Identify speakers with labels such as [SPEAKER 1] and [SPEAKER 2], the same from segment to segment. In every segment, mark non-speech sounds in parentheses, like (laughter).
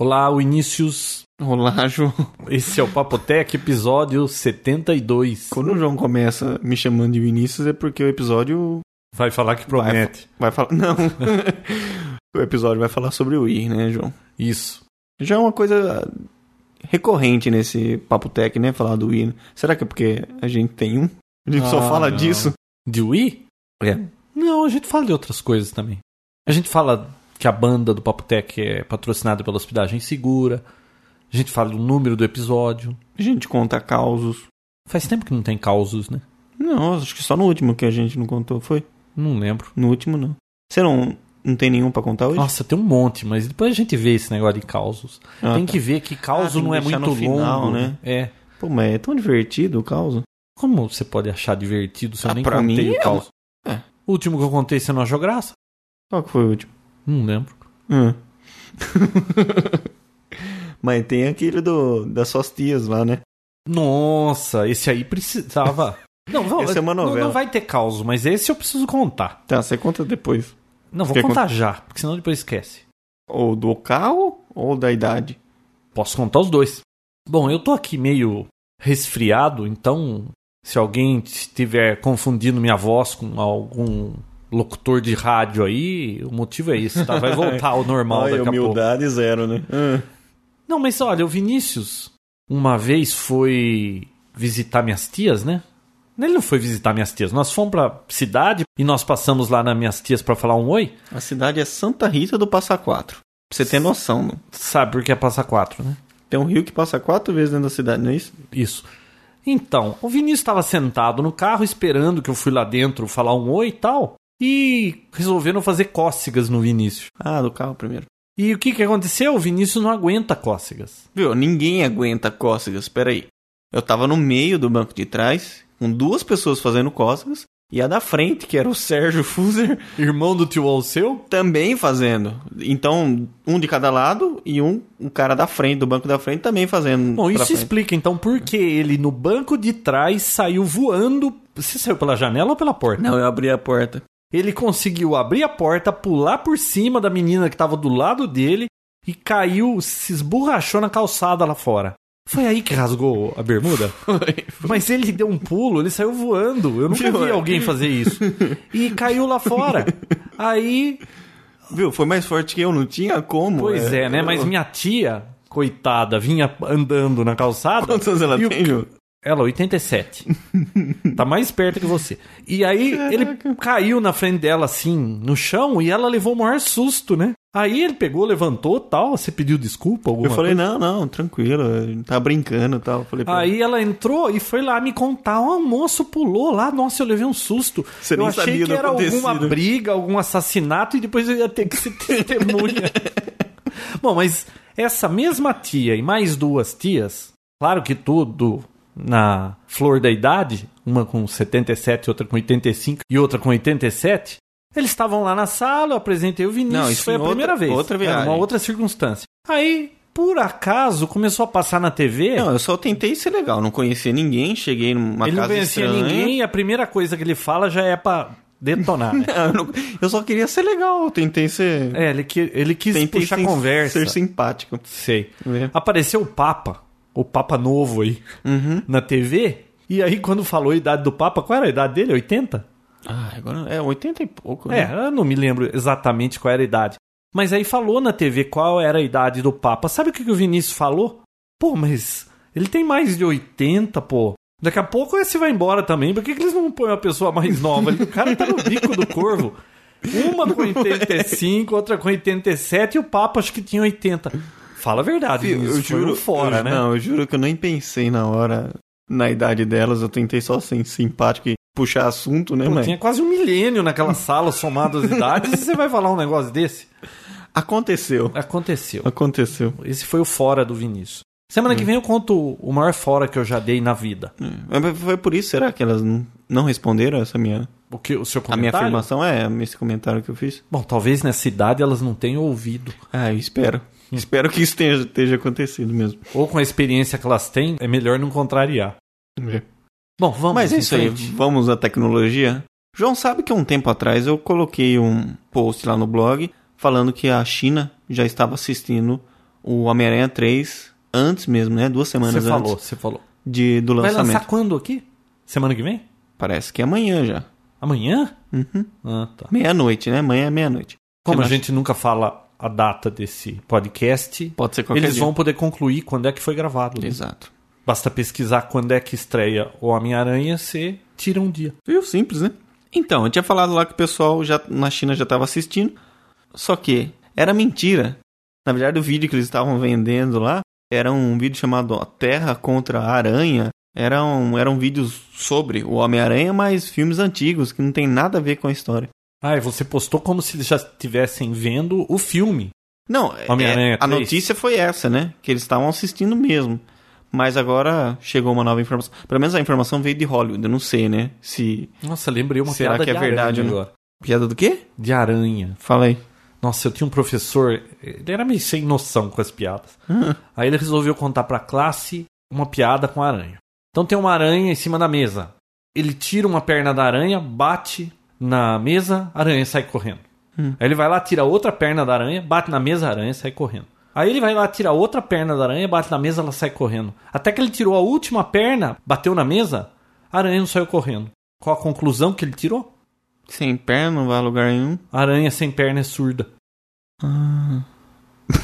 [SPEAKER 1] Olá, Vinícius.
[SPEAKER 2] Olá, João.
[SPEAKER 1] Esse é o Papotec, episódio 72.
[SPEAKER 2] Quando o João começa me chamando de Vinícius é porque o episódio
[SPEAKER 1] Vai falar que promete.
[SPEAKER 2] vai falar. (laughs) Não. o episódio vai falar sobre o Wii, né, João?
[SPEAKER 1] Isso.
[SPEAKER 2] Já é uma coisa recorrente nesse Papo Tech, né? Falar do Wii. né? Será que é porque a gente tem um? A gente só
[SPEAKER 1] Ah,
[SPEAKER 2] fala
[SPEAKER 1] não.
[SPEAKER 2] disso?
[SPEAKER 1] De Wii?
[SPEAKER 2] É.
[SPEAKER 1] Não, a gente fala de outras coisas também. A gente fala que a banda do Papotec é patrocinada pela Hospedagem Segura. A gente fala do número do episódio.
[SPEAKER 2] A gente conta causos.
[SPEAKER 1] Faz tempo que não tem causos, né?
[SPEAKER 2] Não, acho que só no último que a gente não contou, foi?
[SPEAKER 1] Não lembro.
[SPEAKER 2] No último, não. Você não, não tem nenhum pra contar hoje?
[SPEAKER 1] Nossa, tem um monte, mas depois a gente vê esse negócio de causos.
[SPEAKER 2] Ah,
[SPEAKER 1] tem
[SPEAKER 2] tá.
[SPEAKER 1] que ver que
[SPEAKER 2] Ah,
[SPEAKER 1] causo
[SPEAKER 2] tem que
[SPEAKER 1] não é
[SPEAKER 2] deixar
[SPEAKER 1] muito
[SPEAKER 2] no final,
[SPEAKER 1] longo.
[SPEAKER 2] né?
[SPEAKER 1] É.
[SPEAKER 2] Pô, mas é tão divertido o causo.
[SPEAKER 1] Como você pode achar divertido se eu
[SPEAKER 2] Ah,
[SPEAKER 1] nem
[SPEAKER 2] pra
[SPEAKER 1] contei
[SPEAKER 2] mim
[SPEAKER 1] o
[SPEAKER 2] é.
[SPEAKER 1] causo?
[SPEAKER 2] É.
[SPEAKER 1] O último que eu contei você não achou graça?
[SPEAKER 2] Qual que foi o último?
[SPEAKER 1] Não lembro.
[SPEAKER 2] Hum. É. (laughs) Mas tem aquele do, das suas tias lá, né?
[SPEAKER 1] Nossa, esse aí precisava. (laughs) Não, vou,
[SPEAKER 2] Essa é uma
[SPEAKER 1] não-
[SPEAKER 2] novela.
[SPEAKER 1] Não, vai ter causo, mas esse eu preciso contar.
[SPEAKER 2] Tá, você conta depois.
[SPEAKER 1] Não, vou
[SPEAKER 2] Quer
[SPEAKER 1] contar já, porque senão depois esquece.
[SPEAKER 2] Ou do carro ou da idade.
[SPEAKER 1] Posso contar os dois. Bom, eu tô aqui meio resfriado, então se alguém estiver confundindo minha voz com algum locutor de rádio aí, o motivo é esse, tá? Vai voltar ao normal
[SPEAKER 2] Ai,
[SPEAKER 1] daqui a pouco.
[SPEAKER 2] zero, né? Ah,
[SPEAKER 1] Não, mas olha, o Vinícius uma vez foi visitar minhas tias, né? Ele não foi visitar minhas tias. Nós fomos pra cidade e nós passamos lá nas minhas tias pra falar um oi.
[SPEAKER 2] A cidade é Santa Rita do Passa Quatro. Pra você ter noção, né?
[SPEAKER 1] Sabe por que é passa quatro, né?
[SPEAKER 2] Tem um rio que passa quatro vezes dentro da cidade, não é isso?
[SPEAKER 1] Isso. Então, o Vinícius estava sentado no carro esperando que eu fui lá dentro falar um oi e tal. E resolveram fazer cócegas no Vinícius.
[SPEAKER 2] Ah, do carro primeiro.
[SPEAKER 1] E o que, que aconteceu? O Vinícius não aguenta cócegas.
[SPEAKER 2] Viu? Ninguém aguenta cócegas, peraí. Eu tava no meio do banco de trás, com duas pessoas fazendo cócegas, e a da frente, que era o Sérgio Fuser,
[SPEAKER 1] Irmão do tio Alceu?
[SPEAKER 2] também fazendo. Então, um de cada lado e um, um cara da frente, do banco da frente, também fazendo.
[SPEAKER 1] Bom,
[SPEAKER 2] pra
[SPEAKER 1] isso
[SPEAKER 2] frente.
[SPEAKER 1] explica então por que ele no banco de trás saiu voando. Você saiu pela janela ou pela porta?
[SPEAKER 2] Não, eu abri a porta.
[SPEAKER 1] Ele conseguiu abrir a porta, pular por cima da menina que estava do lado dele e caiu, se esborrachou na calçada lá fora. Foi aí que rasgou a
[SPEAKER 2] (laughs)
[SPEAKER 1] bermuda? Mas ele deu um pulo, ele saiu voando. Eu nunca
[SPEAKER 2] Viu,
[SPEAKER 1] vi
[SPEAKER 2] é?
[SPEAKER 1] alguém fazer
[SPEAKER 2] (laughs)
[SPEAKER 1] isso. E caiu lá fora. Aí,
[SPEAKER 2] Viu? Foi mais forte que eu, não tinha como.
[SPEAKER 1] pois é, né? Mas
[SPEAKER 2] eu-
[SPEAKER 1] minha tia, coitada, vinha andando na calçada.
[SPEAKER 2] Quantos anos ela
[SPEAKER 1] E o-
[SPEAKER 2] tem, Ju?
[SPEAKER 1] Ela, 87. tá mais perto que você. E aí ele caiu na frente dela, assim, no chão, e ela levou o maior susto, né? Aí ele pegou, levantou tal, você pediu desculpa, alguma
[SPEAKER 2] Eu falei,
[SPEAKER 1] coisa.
[SPEAKER 2] não, não, tranquilo, eu tava brincando e tal. Falei, pra ela,
[SPEAKER 1] Aí ela entrou e foi lá me contar. Ó, um moço pulou lá, nossa, eu levei um susto.
[SPEAKER 2] Você
[SPEAKER 1] eu
[SPEAKER 2] nem
[SPEAKER 1] achei
[SPEAKER 2] sabia
[SPEAKER 1] que
[SPEAKER 2] do
[SPEAKER 1] era alguma
[SPEAKER 2] acontecido."
[SPEAKER 1] briga, algum assassinato, e depois eu ia ter (laughs) que ser testemunha. Bom, mas essa mesma tia e mais duas tias, claro que tudo na flor da idade, uma com 77, outra com 85 e outra com 87, eles estavam lá na sala, eu apresentei o Vinícius,
[SPEAKER 2] Não, isso
[SPEAKER 1] foi a
[SPEAKER 2] em outra-
[SPEAKER 1] primeira vez.
[SPEAKER 2] outra
[SPEAKER 1] Era uma
[SPEAKER 2] viagem.
[SPEAKER 1] outra circunstância. Aí, por acaso, começou a passar na TV.
[SPEAKER 2] Não, eu só tentei ser legal, não conhecia ninguém, cheguei numa
[SPEAKER 1] ele não
[SPEAKER 2] casa
[SPEAKER 1] conhecia
[SPEAKER 2] estranha.
[SPEAKER 1] ninguém e a primeira coisa que ele fala já é pra detonar.
[SPEAKER 2] (laughs)
[SPEAKER 1] né?
[SPEAKER 2] Não, (laughs) eu, não- eu só queria ser legal, eu tentei ser...
[SPEAKER 1] é, ele, que, ele quis
[SPEAKER 2] tentei
[SPEAKER 1] puxar
[SPEAKER 2] ser-
[SPEAKER 1] conversa.
[SPEAKER 2] Ser simpático.
[SPEAKER 1] Sei.
[SPEAKER 2] É.
[SPEAKER 1] Apareceu o Papa, o Papa novo aí,
[SPEAKER 2] Uhum.
[SPEAKER 1] na TV. E aí, quando falou a idade do Papa, qual era a idade dele? 80?
[SPEAKER 2] Ah, agora é 80 e pouco, né?
[SPEAKER 1] É, eu não me lembro exatamente qual era a idade. Mas aí falou na TV qual era a idade do Papa. Sabe o que, que o Vinícius falou? Pô, mas ele tem mais de 80, pô. Daqui a pouco esse vai embora também. Por que, que eles não põem uma pessoa mais nova? ali? O cara tá no bico do corvo. Uma com 85, outra com 87 e o Papa acho que tinha 80. Fala a verdade,
[SPEAKER 2] Eu,
[SPEAKER 1] Vinícius.
[SPEAKER 2] eu
[SPEAKER 1] foi um
[SPEAKER 2] juro.
[SPEAKER 1] fora,
[SPEAKER 2] eu-
[SPEAKER 1] né?
[SPEAKER 2] Não, eu juro que eu nem pensei na hora na idade delas. Eu tentei só ser simpático e puxar assunto, né,
[SPEAKER 1] Pô,
[SPEAKER 2] mãe?
[SPEAKER 1] tinha quase um milênio naquela sala, somado as idades, e você vai falar um negócio desse?
[SPEAKER 2] Aconteceu.
[SPEAKER 1] Aconteceu.
[SPEAKER 2] Aconteceu.
[SPEAKER 1] Esse foi o fora do Vinícius. Semana
[SPEAKER 2] Hum.
[SPEAKER 1] que vem eu conto o maior fora que eu já dei na vida.
[SPEAKER 2] É, mas Foi por isso, será que elas não- não responderam essa minha,
[SPEAKER 1] O que o seu
[SPEAKER 2] a
[SPEAKER 1] comentário?
[SPEAKER 2] minha afirmação? É, esse comentário que eu fiz.
[SPEAKER 1] Bom, talvez nessa idade elas não tenham ouvido.
[SPEAKER 2] Ah, eu espero.
[SPEAKER 1] Hum.
[SPEAKER 2] Espero que isso tenha, tenha acontecido mesmo.
[SPEAKER 1] Ou com a experiência que elas têm, é melhor não contrariar. Bom, vamos.
[SPEAKER 2] Mas é
[SPEAKER 1] em
[SPEAKER 2] isso aí,
[SPEAKER 1] frente.
[SPEAKER 2] vamos à tecnologia. João sabe que um tempo atrás eu coloquei um post lá no blog falando que a China já estava assistindo o Homem-Aranha 3 antes mesmo, né? Duas semanas
[SPEAKER 1] Você
[SPEAKER 2] antes
[SPEAKER 1] falou, você falou.
[SPEAKER 2] De, do
[SPEAKER 1] Vai
[SPEAKER 2] lançamento.
[SPEAKER 1] lançar quando aqui? Semana que vem?
[SPEAKER 2] Parece que é amanhã já.
[SPEAKER 1] Amanhã?
[SPEAKER 2] Uhum.
[SPEAKER 1] Ah, tá.
[SPEAKER 2] Meia-noite, né? Amanhã é meia-noite.
[SPEAKER 1] Como a
[SPEAKER 2] Relaxa.
[SPEAKER 1] gente nunca fala a data desse podcast,
[SPEAKER 2] Pode ser qualquer
[SPEAKER 1] eles
[SPEAKER 2] dia.
[SPEAKER 1] vão poder concluir quando é que foi gravado. né?
[SPEAKER 2] Exato.
[SPEAKER 1] Basta pesquisar quando é que estreia o Homem-Aranha, você tira um dia.
[SPEAKER 2] Viu? Simples, né? Então, eu tinha falado lá que o pessoal já, na China já estava assistindo. Só que era mentira. Na verdade, o vídeo que eles estavam vendendo lá era um vídeo chamado A Terra contra a Aranha. Era um, eram vídeos sobre o Homem-Aranha, mas filmes antigos, que não tem nada a ver com a história.
[SPEAKER 1] Ah, e você postou como se eles já estivessem vendo o filme.
[SPEAKER 2] Não, é-
[SPEAKER 1] Homem-Aranha
[SPEAKER 2] a
[SPEAKER 1] 3.
[SPEAKER 2] notícia foi essa, né? Que eles estavam assistindo mesmo. Mas agora chegou uma nova informação. Pelo menos a informação veio de Hollywood, eu não sei, né? Se.
[SPEAKER 1] Nossa, lembrei uma
[SPEAKER 2] Será
[SPEAKER 1] piada
[SPEAKER 2] que é
[SPEAKER 1] de
[SPEAKER 2] verdade,
[SPEAKER 1] aranha
[SPEAKER 2] né?
[SPEAKER 1] agora.
[SPEAKER 2] Piada do quê?
[SPEAKER 1] De aranha.
[SPEAKER 2] Fala aí.
[SPEAKER 1] Nossa, eu tinha um professor, ele era meio sem noção com as piadas. Aí ele resolveu contar pra classe uma piada com a aranha. Então tem uma aranha em cima da mesa. Ele tira uma perna da aranha, bate na mesa, a aranha sai correndo. Aí ele vai lá, tira outra perna da aranha, bate na mesa, a aranha sai correndo. Aí ele vai lá, tira outra perna da aranha, bate na mesa, ela sai correndo. Até que ele tirou a última perna, bateu na mesa, a aranha não saiu correndo. Qual a conclusão que ele tirou?
[SPEAKER 2] Sem perna, não vai a lugar nenhum.
[SPEAKER 1] A aranha sem perna é surda.
[SPEAKER 2] Ah.
[SPEAKER 1] (laughs)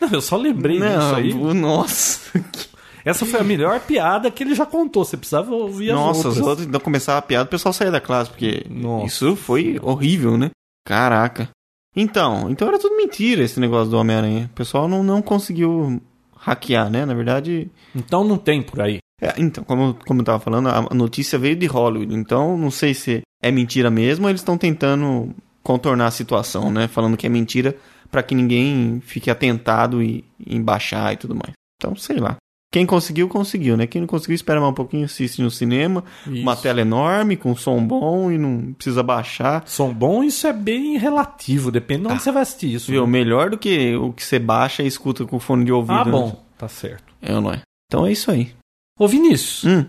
[SPEAKER 1] Não, eu só lembrei disso aí.
[SPEAKER 2] bu- Nossa. (laughs)
[SPEAKER 1] Essa foi a melhor piada que ele já contou. Você precisava ouvir as
[SPEAKER 2] nossa,
[SPEAKER 1] outras.
[SPEAKER 2] as outras, então começava a piada, o pessoal saía da classe, porque
[SPEAKER 1] Nossa.
[SPEAKER 2] isso foi horrível, né? Caraca. Então, então era tudo mentira esse negócio do Homem-Aranha. O pessoal não, não conseguiu hackear, né? Na verdade.
[SPEAKER 1] Então não tem por aí.
[SPEAKER 2] é, então, como, como eu tava falando, a notícia veio de Hollywood. Então, não sei se é mentira mesmo, ou eles estão tentando contornar a situação, né? Falando que é mentira pra que ninguém fique atentado e em baixar e tudo mais. Então, sei lá. Quem conseguiu, conseguiu, né? Quem não conseguiu, espera mais um pouquinho, assiste no cinema. Uma tela enorme, com som bom e não precisa baixar.
[SPEAKER 1] Som bom, isso é bem relativo. Depende de onde
[SPEAKER 2] Ah,
[SPEAKER 1] você vai assistir isso.
[SPEAKER 2] Viu?
[SPEAKER 1] né?
[SPEAKER 2] Melhor do que o que você baixa e escuta com fone de ouvido.
[SPEAKER 1] Ah,
[SPEAKER 2] né?
[SPEAKER 1] bom. Tá certo.
[SPEAKER 2] É ou não é? Então é isso aí.
[SPEAKER 1] Ô, Vinícius,
[SPEAKER 2] Hum,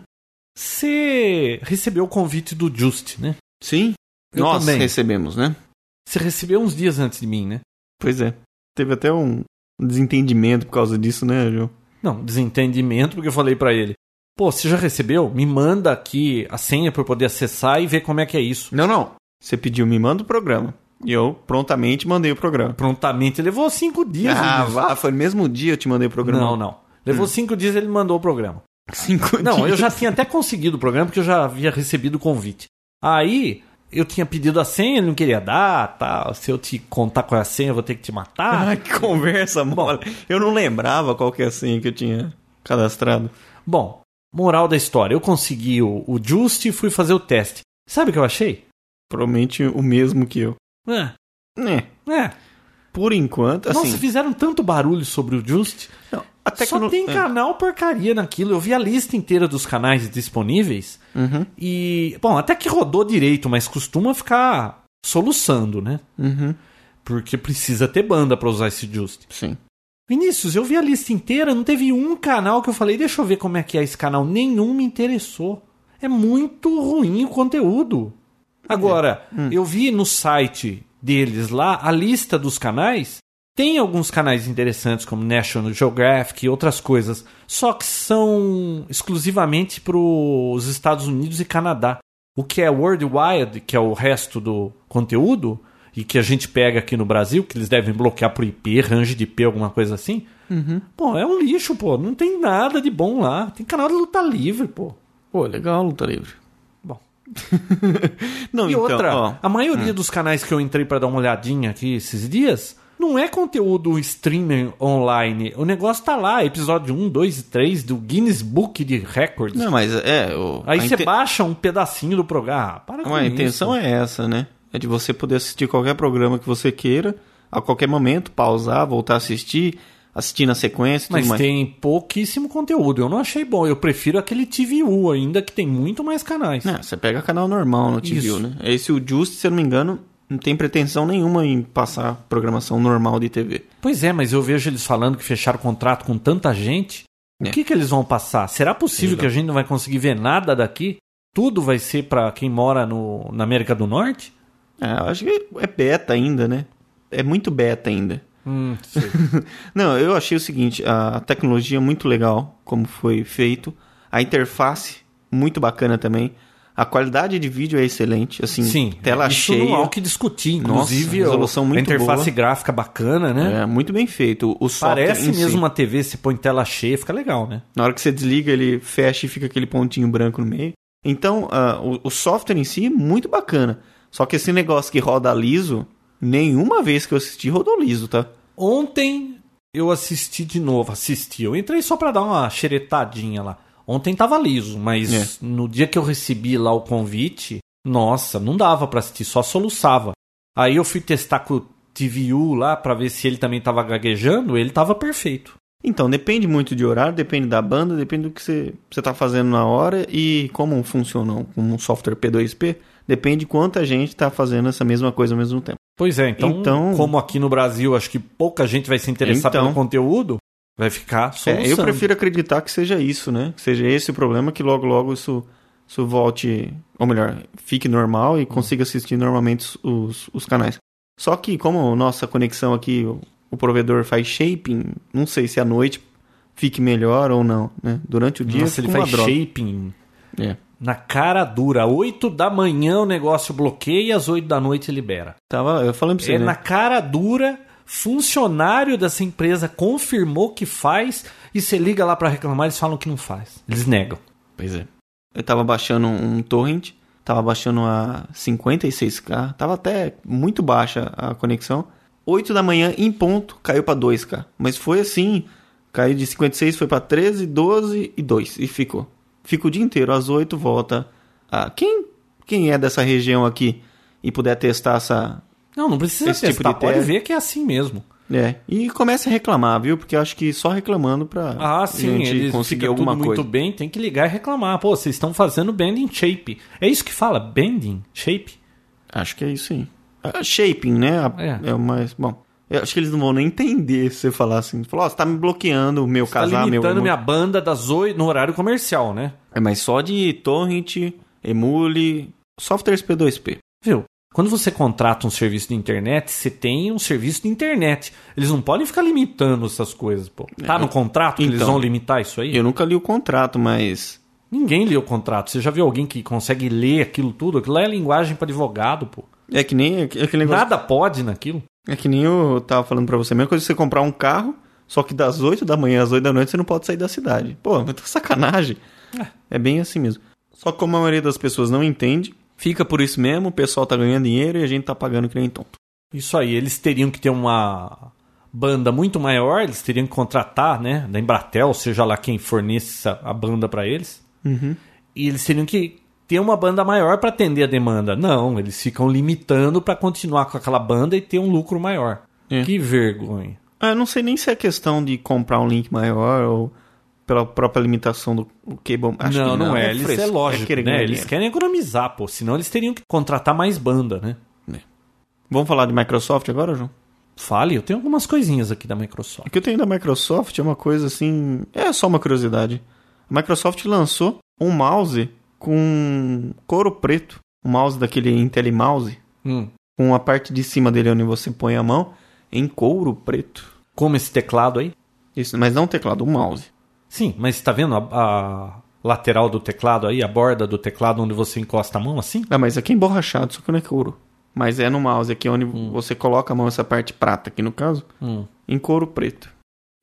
[SPEAKER 1] você recebeu o convite do Just, né?
[SPEAKER 2] sim?
[SPEAKER 1] Eu
[SPEAKER 2] Nós
[SPEAKER 1] também.
[SPEAKER 2] recebemos, né?
[SPEAKER 1] Você recebeu uns dias antes de mim, né?
[SPEAKER 2] Pois é. Teve até um desentendimento por causa disso, né, João?
[SPEAKER 1] Não, desentendimento, porque eu falei pra ele. Pô, você já recebeu? Me manda aqui a senha pra eu poder acessar e ver como é que é isso.
[SPEAKER 2] Não, não. Você pediu, me manda o programa. E eu prontamente mandei o programa.
[SPEAKER 1] Prontamente, levou cinco dias.
[SPEAKER 2] ah,
[SPEAKER 1] Vinícius.
[SPEAKER 2] vá, Hum. foi no mesmo dia eu te mandei o programa.
[SPEAKER 1] Não, não. Levou cinco dias ele mandou o programa.
[SPEAKER 2] Cinco
[SPEAKER 1] Não, eu
[SPEAKER 2] dias.
[SPEAKER 1] já tinha até conseguido o programa porque eu já havia recebido o convite. Aí eu tinha pedido a senha, ele não queria dar, tal. Se eu te contar qual é a senha, eu vou ter que te matar.
[SPEAKER 2] (laughs) Ah, que conversa mole. Eu não lembrava qual que é a senha que eu tinha cadastrado.
[SPEAKER 1] Bom, moral da história, eu consegui o, o Just e fui fazer o teste. Sabe o que eu achei?
[SPEAKER 2] Provavelmente o mesmo que eu.
[SPEAKER 1] É,
[SPEAKER 2] É.
[SPEAKER 1] é.
[SPEAKER 2] Por enquanto, assim.
[SPEAKER 1] Nossa, fizeram tanto barulho sobre o Just.
[SPEAKER 2] não, a
[SPEAKER 1] Só
[SPEAKER 2] tecno-
[SPEAKER 1] tem
[SPEAKER 2] é.
[SPEAKER 1] canal porcaria naquilo. Eu vi a lista inteira dos canais disponíveis
[SPEAKER 2] Uhum,
[SPEAKER 1] e, bom, até que rodou direito, mas costuma ficar soluçando, né?
[SPEAKER 2] uhum,
[SPEAKER 1] Porque precisa ter banda pra usar esse Just.
[SPEAKER 2] sim.
[SPEAKER 1] Vinícius, eu vi a lista inteira, não teve um canal que eu falei, deixa eu ver como é que é esse canal. Nenhum me interessou. É muito ruim o conteúdo. Agora, eu vi no site deles lá a lista dos canais. Tem alguns canais interessantes, como National Geographic e outras coisas, só que são exclusivamente para os Estados Unidos e Canadá. O que é Worldwide, que é o resto do conteúdo, e que a gente pega aqui no Brasil, que eles devem bloquear por IP, range de IP, alguma coisa assim. Pô, é um lixo, pô. Não tem nada de bom lá. Tem canal de luta livre, pô.
[SPEAKER 2] Pô, legal, luta livre.
[SPEAKER 1] Bom.
[SPEAKER 2] não,
[SPEAKER 1] E
[SPEAKER 2] então,
[SPEAKER 1] outra,
[SPEAKER 2] ó, Hum.
[SPEAKER 1] a maioria dos canais que eu entrei pra dar uma olhadinha aqui esses dias não é conteúdo streaming online. O negócio tá lá, episódio 1, 2 e 3 do Guinness Book de Records.
[SPEAKER 2] Não, mas é. o-
[SPEAKER 1] Aí
[SPEAKER 2] a
[SPEAKER 1] você
[SPEAKER 2] inten-
[SPEAKER 1] baixa um pedacinho do programa. Ah, para com
[SPEAKER 2] A
[SPEAKER 1] isso.
[SPEAKER 2] intenção é essa, né? É de você poder assistir qualquer programa que você queira, a qualquer momento, pausar, voltar a assistir. assistindo a sequência e tudo
[SPEAKER 1] Mas
[SPEAKER 2] mais.
[SPEAKER 1] tem pouquíssimo conteúdo. Eu não achei bom. Eu prefiro aquele TVU ainda, que tem muito mais canais.
[SPEAKER 2] Não, você pega canal normal no TVU,
[SPEAKER 1] Isso.
[SPEAKER 2] né? Esse o Just, se eu não me engano, não tem pretensão nenhuma em passar programação normal de TV.
[SPEAKER 1] Pois é, mas eu vejo eles falando que fecharam contrato com tanta gente.
[SPEAKER 2] É.
[SPEAKER 1] O que, que eles vão passar? Será possível
[SPEAKER 2] Exato.
[SPEAKER 1] que a gente não vai conseguir ver nada daqui? Tudo vai ser para quem mora no, na América do Norte?
[SPEAKER 2] É, eu acho que é beta ainda, né? É muito beta ainda.
[SPEAKER 1] Hum, sei.
[SPEAKER 2] (laughs) Não, eu achei o seguinte, a tecnologia é muito legal, como foi feito. A interface, muito bacana também. A qualidade de vídeo é excelente,
[SPEAKER 1] (laughs)
[SPEAKER 2] assim,
[SPEAKER 1] Sim,
[SPEAKER 2] tela
[SPEAKER 1] isso
[SPEAKER 2] cheia.
[SPEAKER 1] não há o que discutir.
[SPEAKER 2] Nossa,
[SPEAKER 1] Inclusive,
[SPEAKER 2] resolução
[SPEAKER 1] a-
[SPEAKER 2] muito
[SPEAKER 1] a interface
[SPEAKER 2] boa.
[SPEAKER 1] gráfica bacana, né?
[SPEAKER 2] É, muito bem feito. O software
[SPEAKER 1] Parece
[SPEAKER 2] em si.
[SPEAKER 1] mesmo uma TV, se põe tela cheia, fica legal, né?
[SPEAKER 2] Na hora que você desliga, ele fecha e fica aquele pontinho branco no meio. Então, ah, o, o software em si, muito bacana. Só que esse negócio que roda liso, nenhuma vez que eu assisti rodou liso, tá?
[SPEAKER 1] Ontem eu assisti de novo, assisti. Eu entrei só pra dar uma xeretadinha lá. Ontem tava liso,
[SPEAKER 2] É.
[SPEAKER 1] mas no dia que eu recebi lá o convite, nossa, não dava pra assistir, só soluçava. Aí eu fui testar com o TVU lá pra ver se ele também tava gaguejando, ele tava perfeito.
[SPEAKER 2] Então, depende muito de horário, depende da banda, depende do que você está fazendo na hora e como funciona um um software P2P, depende quanta gente está fazendo essa mesma coisa ao mesmo tempo.
[SPEAKER 1] Pois é, então,
[SPEAKER 2] Então-
[SPEAKER 1] como aqui no Brasil acho que pouca gente vai se interessar
[SPEAKER 2] Então.
[SPEAKER 1] pelo conteúdo, vai ficar soluçando.
[SPEAKER 2] É, eu prefiro acreditar que seja isso, né? Que seja esse o problema, que logo logo isso, isso volte, ou melhor, fique normal e consiga assistir normalmente os, os, os canais. Só que como nossa conexão aqui, o, o provedor faz shaping, não sei se à noite fique melhor ou não, né? Durante o dia
[SPEAKER 1] Nossa,
[SPEAKER 2] fica
[SPEAKER 1] ele
[SPEAKER 2] uma
[SPEAKER 1] faz
[SPEAKER 2] droga.
[SPEAKER 1] shaping
[SPEAKER 2] É.
[SPEAKER 1] Na cara dura. 8 da manhã o negócio bloqueia, às 8 da noite libera.
[SPEAKER 2] Tava, eu falando pra você,
[SPEAKER 1] é
[SPEAKER 2] né?
[SPEAKER 1] na cara dura, funcionário dessa empresa confirmou que faz e você liga lá pra reclamar, eles falam que não faz. Eles negam.
[SPEAKER 2] Pois é. Eu tava baixando um torrent, tava baixando a 56k, tava até muito baixa a conexão. 8 da manhã em ponto, caiu pra 2k. Mas foi assim, caiu de 56 foi pra 13, 12 e 2 e ficou. Fica o dia inteiro, às 8 volta. Ah, quem quem é dessa região aqui e puder testar essa
[SPEAKER 1] Não, não precisa
[SPEAKER 2] Esse tipo
[SPEAKER 1] testar.
[SPEAKER 2] de
[SPEAKER 1] Pode
[SPEAKER 2] teste.
[SPEAKER 1] ver que é assim mesmo.
[SPEAKER 2] é, e começa a reclamar, viu? Porque eu acho que só reclamando pra
[SPEAKER 1] Ah, sim,
[SPEAKER 2] Tá. gente
[SPEAKER 1] eles
[SPEAKER 2] conseguir
[SPEAKER 1] ficam tudo
[SPEAKER 2] alguma coisa.
[SPEAKER 1] muito bem, tem que ligar e reclamar. Pô, vocês estão fazendo bending shape. É isso que fala, bending shape.
[SPEAKER 2] Acho que é isso aí. Ah, shaping, né? A-
[SPEAKER 1] É.
[SPEAKER 2] É. o mais. Bom, eu acho que eles não vão nem entender se você falar assim. Falar, ó, você tá me bloqueando o meu
[SPEAKER 1] Tá
[SPEAKER 2] casar, meu.
[SPEAKER 1] limitando
[SPEAKER 2] emu-"
[SPEAKER 1] minha banda das 8 no horário comercial, né?
[SPEAKER 2] É, mas só de torrent, emule, softwares P2P.
[SPEAKER 1] Viu? Quando você contrata um serviço de internet, você tem um serviço de internet. Eles não podem ficar limitando essas coisas, pô. Tá no contrato que eles
[SPEAKER 2] Então.
[SPEAKER 1] vão limitar isso aí?
[SPEAKER 2] Eu nunca li o contrato, mas.
[SPEAKER 1] Ninguém lê o contrato. Você já viu alguém que consegue ler aquilo tudo? Aquilo lá é linguagem para advogado, pô.
[SPEAKER 2] É que nem é que- é aquele negócio.
[SPEAKER 1] Nada pode naquilo.
[SPEAKER 2] É que nem eu tava falando pra você. A mesma coisa que você comprar um carro, só que das 8 da manhã às 8 da noite você não pode sair da cidade. Pô, (laughs) mas tá sacanagem. É. bem assim mesmo. Só que como a maioria das pessoas não entende, fica por isso mesmo, o pessoal tá ganhando dinheiro e a gente tá pagando que nem tonto.
[SPEAKER 1] Isso aí, eles teriam que ter uma banda muito maior, eles teriam que contratar, né, da Embratel, seja lá quem forneça a banda para eles.
[SPEAKER 2] Uhum.
[SPEAKER 1] E eles teriam que ter uma banda maior para atender a demanda. Não, eles ficam limitando para continuar com aquela banda e ter um lucro maior.
[SPEAKER 2] É.
[SPEAKER 1] Que vergonha.
[SPEAKER 2] Ah, eu não sei nem se é questão de comprar um link maior ou pela própria limitação do o cable. Acho
[SPEAKER 1] não,
[SPEAKER 2] que
[SPEAKER 1] não é. Eles,
[SPEAKER 2] fresco,
[SPEAKER 1] é lógico,
[SPEAKER 2] querer
[SPEAKER 1] né?
[SPEAKER 2] ganhar
[SPEAKER 1] Eles
[SPEAKER 2] dinheiro.
[SPEAKER 1] querem economizar, pô. Senão eles teriam que contratar mais banda, né?
[SPEAKER 2] Vamos falar de Microsoft agora, João?
[SPEAKER 1] Fale, eu tenho algumas coisinhas aqui da Microsoft.
[SPEAKER 2] O que eu tenho da Microsoft é uma coisa assim. É só uma curiosidade. A Microsoft lançou um mouse com couro preto. Um mouse daquele IntelliMouse.
[SPEAKER 1] Hum,
[SPEAKER 2] Com a parte de cima dele onde você põe a mão em couro preto.
[SPEAKER 1] Como esse teclado aí?
[SPEAKER 2] Isso, mas não um teclado, um mouse.
[SPEAKER 1] Sim, mas tá vendo a, a lateral do teclado aí, a borda do teclado onde você encosta a mão assim?
[SPEAKER 2] Ah, mas aqui é emborrachado, só que não é couro. Mas é no mouse aqui onde você coloca a mão, essa parte prata aqui no caso,
[SPEAKER 1] Hum.
[SPEAKER 2] em couro preto.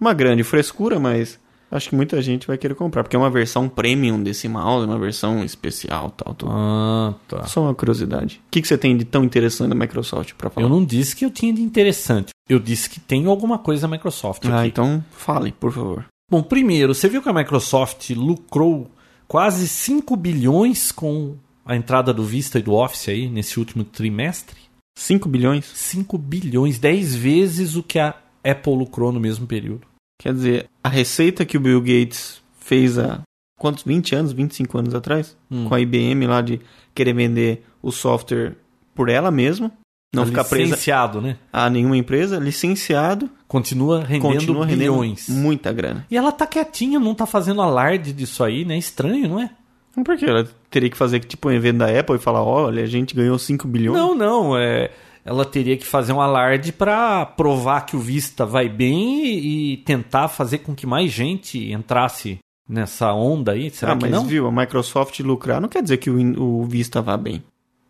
[SPEAKER 2] Uma grande frescura, mas acho que muita gente vai querer comprar, porque é uma versão premium desse mouse, uma versão especial tal. tal.
[SPEAKER 1] Ah, tá.
[SPEAKER 2] Só uma curiosidade. O que, que você tem de tão interessante da Microsoft pra falar?
[SPEAKER 1] Eu não disse que eu tinha de interessante. Eu disse que tem alguma coisa da Microsoft
[SPEAKER 2] Ah,
[SPEAKER 1] aqui.
[SPEAKER 2] então fale, por favor.
[SPEAKER 1] Bom, primeiro, você viu que a Microsoft lucrou quase 5 bilhões com a entrada do Vista e do Office aí nesse último trimestre?
[SPEAKER 2] 5 bilhões?
[SPEAKER 1] 5 bilhões, 10 vezes o que a Apple lucrou no mesmo período.
[SPEAKER 2] Quer dizer, a receita que o Bill Gates fez há quantos? 20 anos, 25 anos atrás?
[SPEAKER 1] Hum.
[SPEAKER 2] Com a IBM lá de querer vender o software por ela mesma, não
[SPEAKER 1] Tá
[SPEAKER 2] ficar presa
[SPEAKER 1] Licenciado, né?
[SPEAKER 2] a nenhuma empresa, licenciado,
[SPEAKER 1] Continua rendendo
[SPEAKER 2] continua rendendo
[SPEAKER 1] bilhões.
[SPEAKER 2] muita grana.
[SPEAKER 1] E ela tá quietinha, não tá fazendo alarde disso aí, né? Estranho, não é?
[SPEAKER 2] Mas Por que ela teria que fazer tipo um evento da Apple e falar, olha, a gente ganhou 5 bilhões? Ah,
[SPEAKER 1] Não, não. É, ela teria que fazer um alarde pra provar que o Vista vai bem e, e tentar fazer com que mais gente entrasse nessa onda aí. Será
[SPEAKER 2] ah,
[SPEAKER 1] que
[SPEAKER 2] mas
[SPEAKER 1] não?
[SPEAKER 2] viu, a Microsoft lucrar não quer dizer que o, In- o Vista vá bem.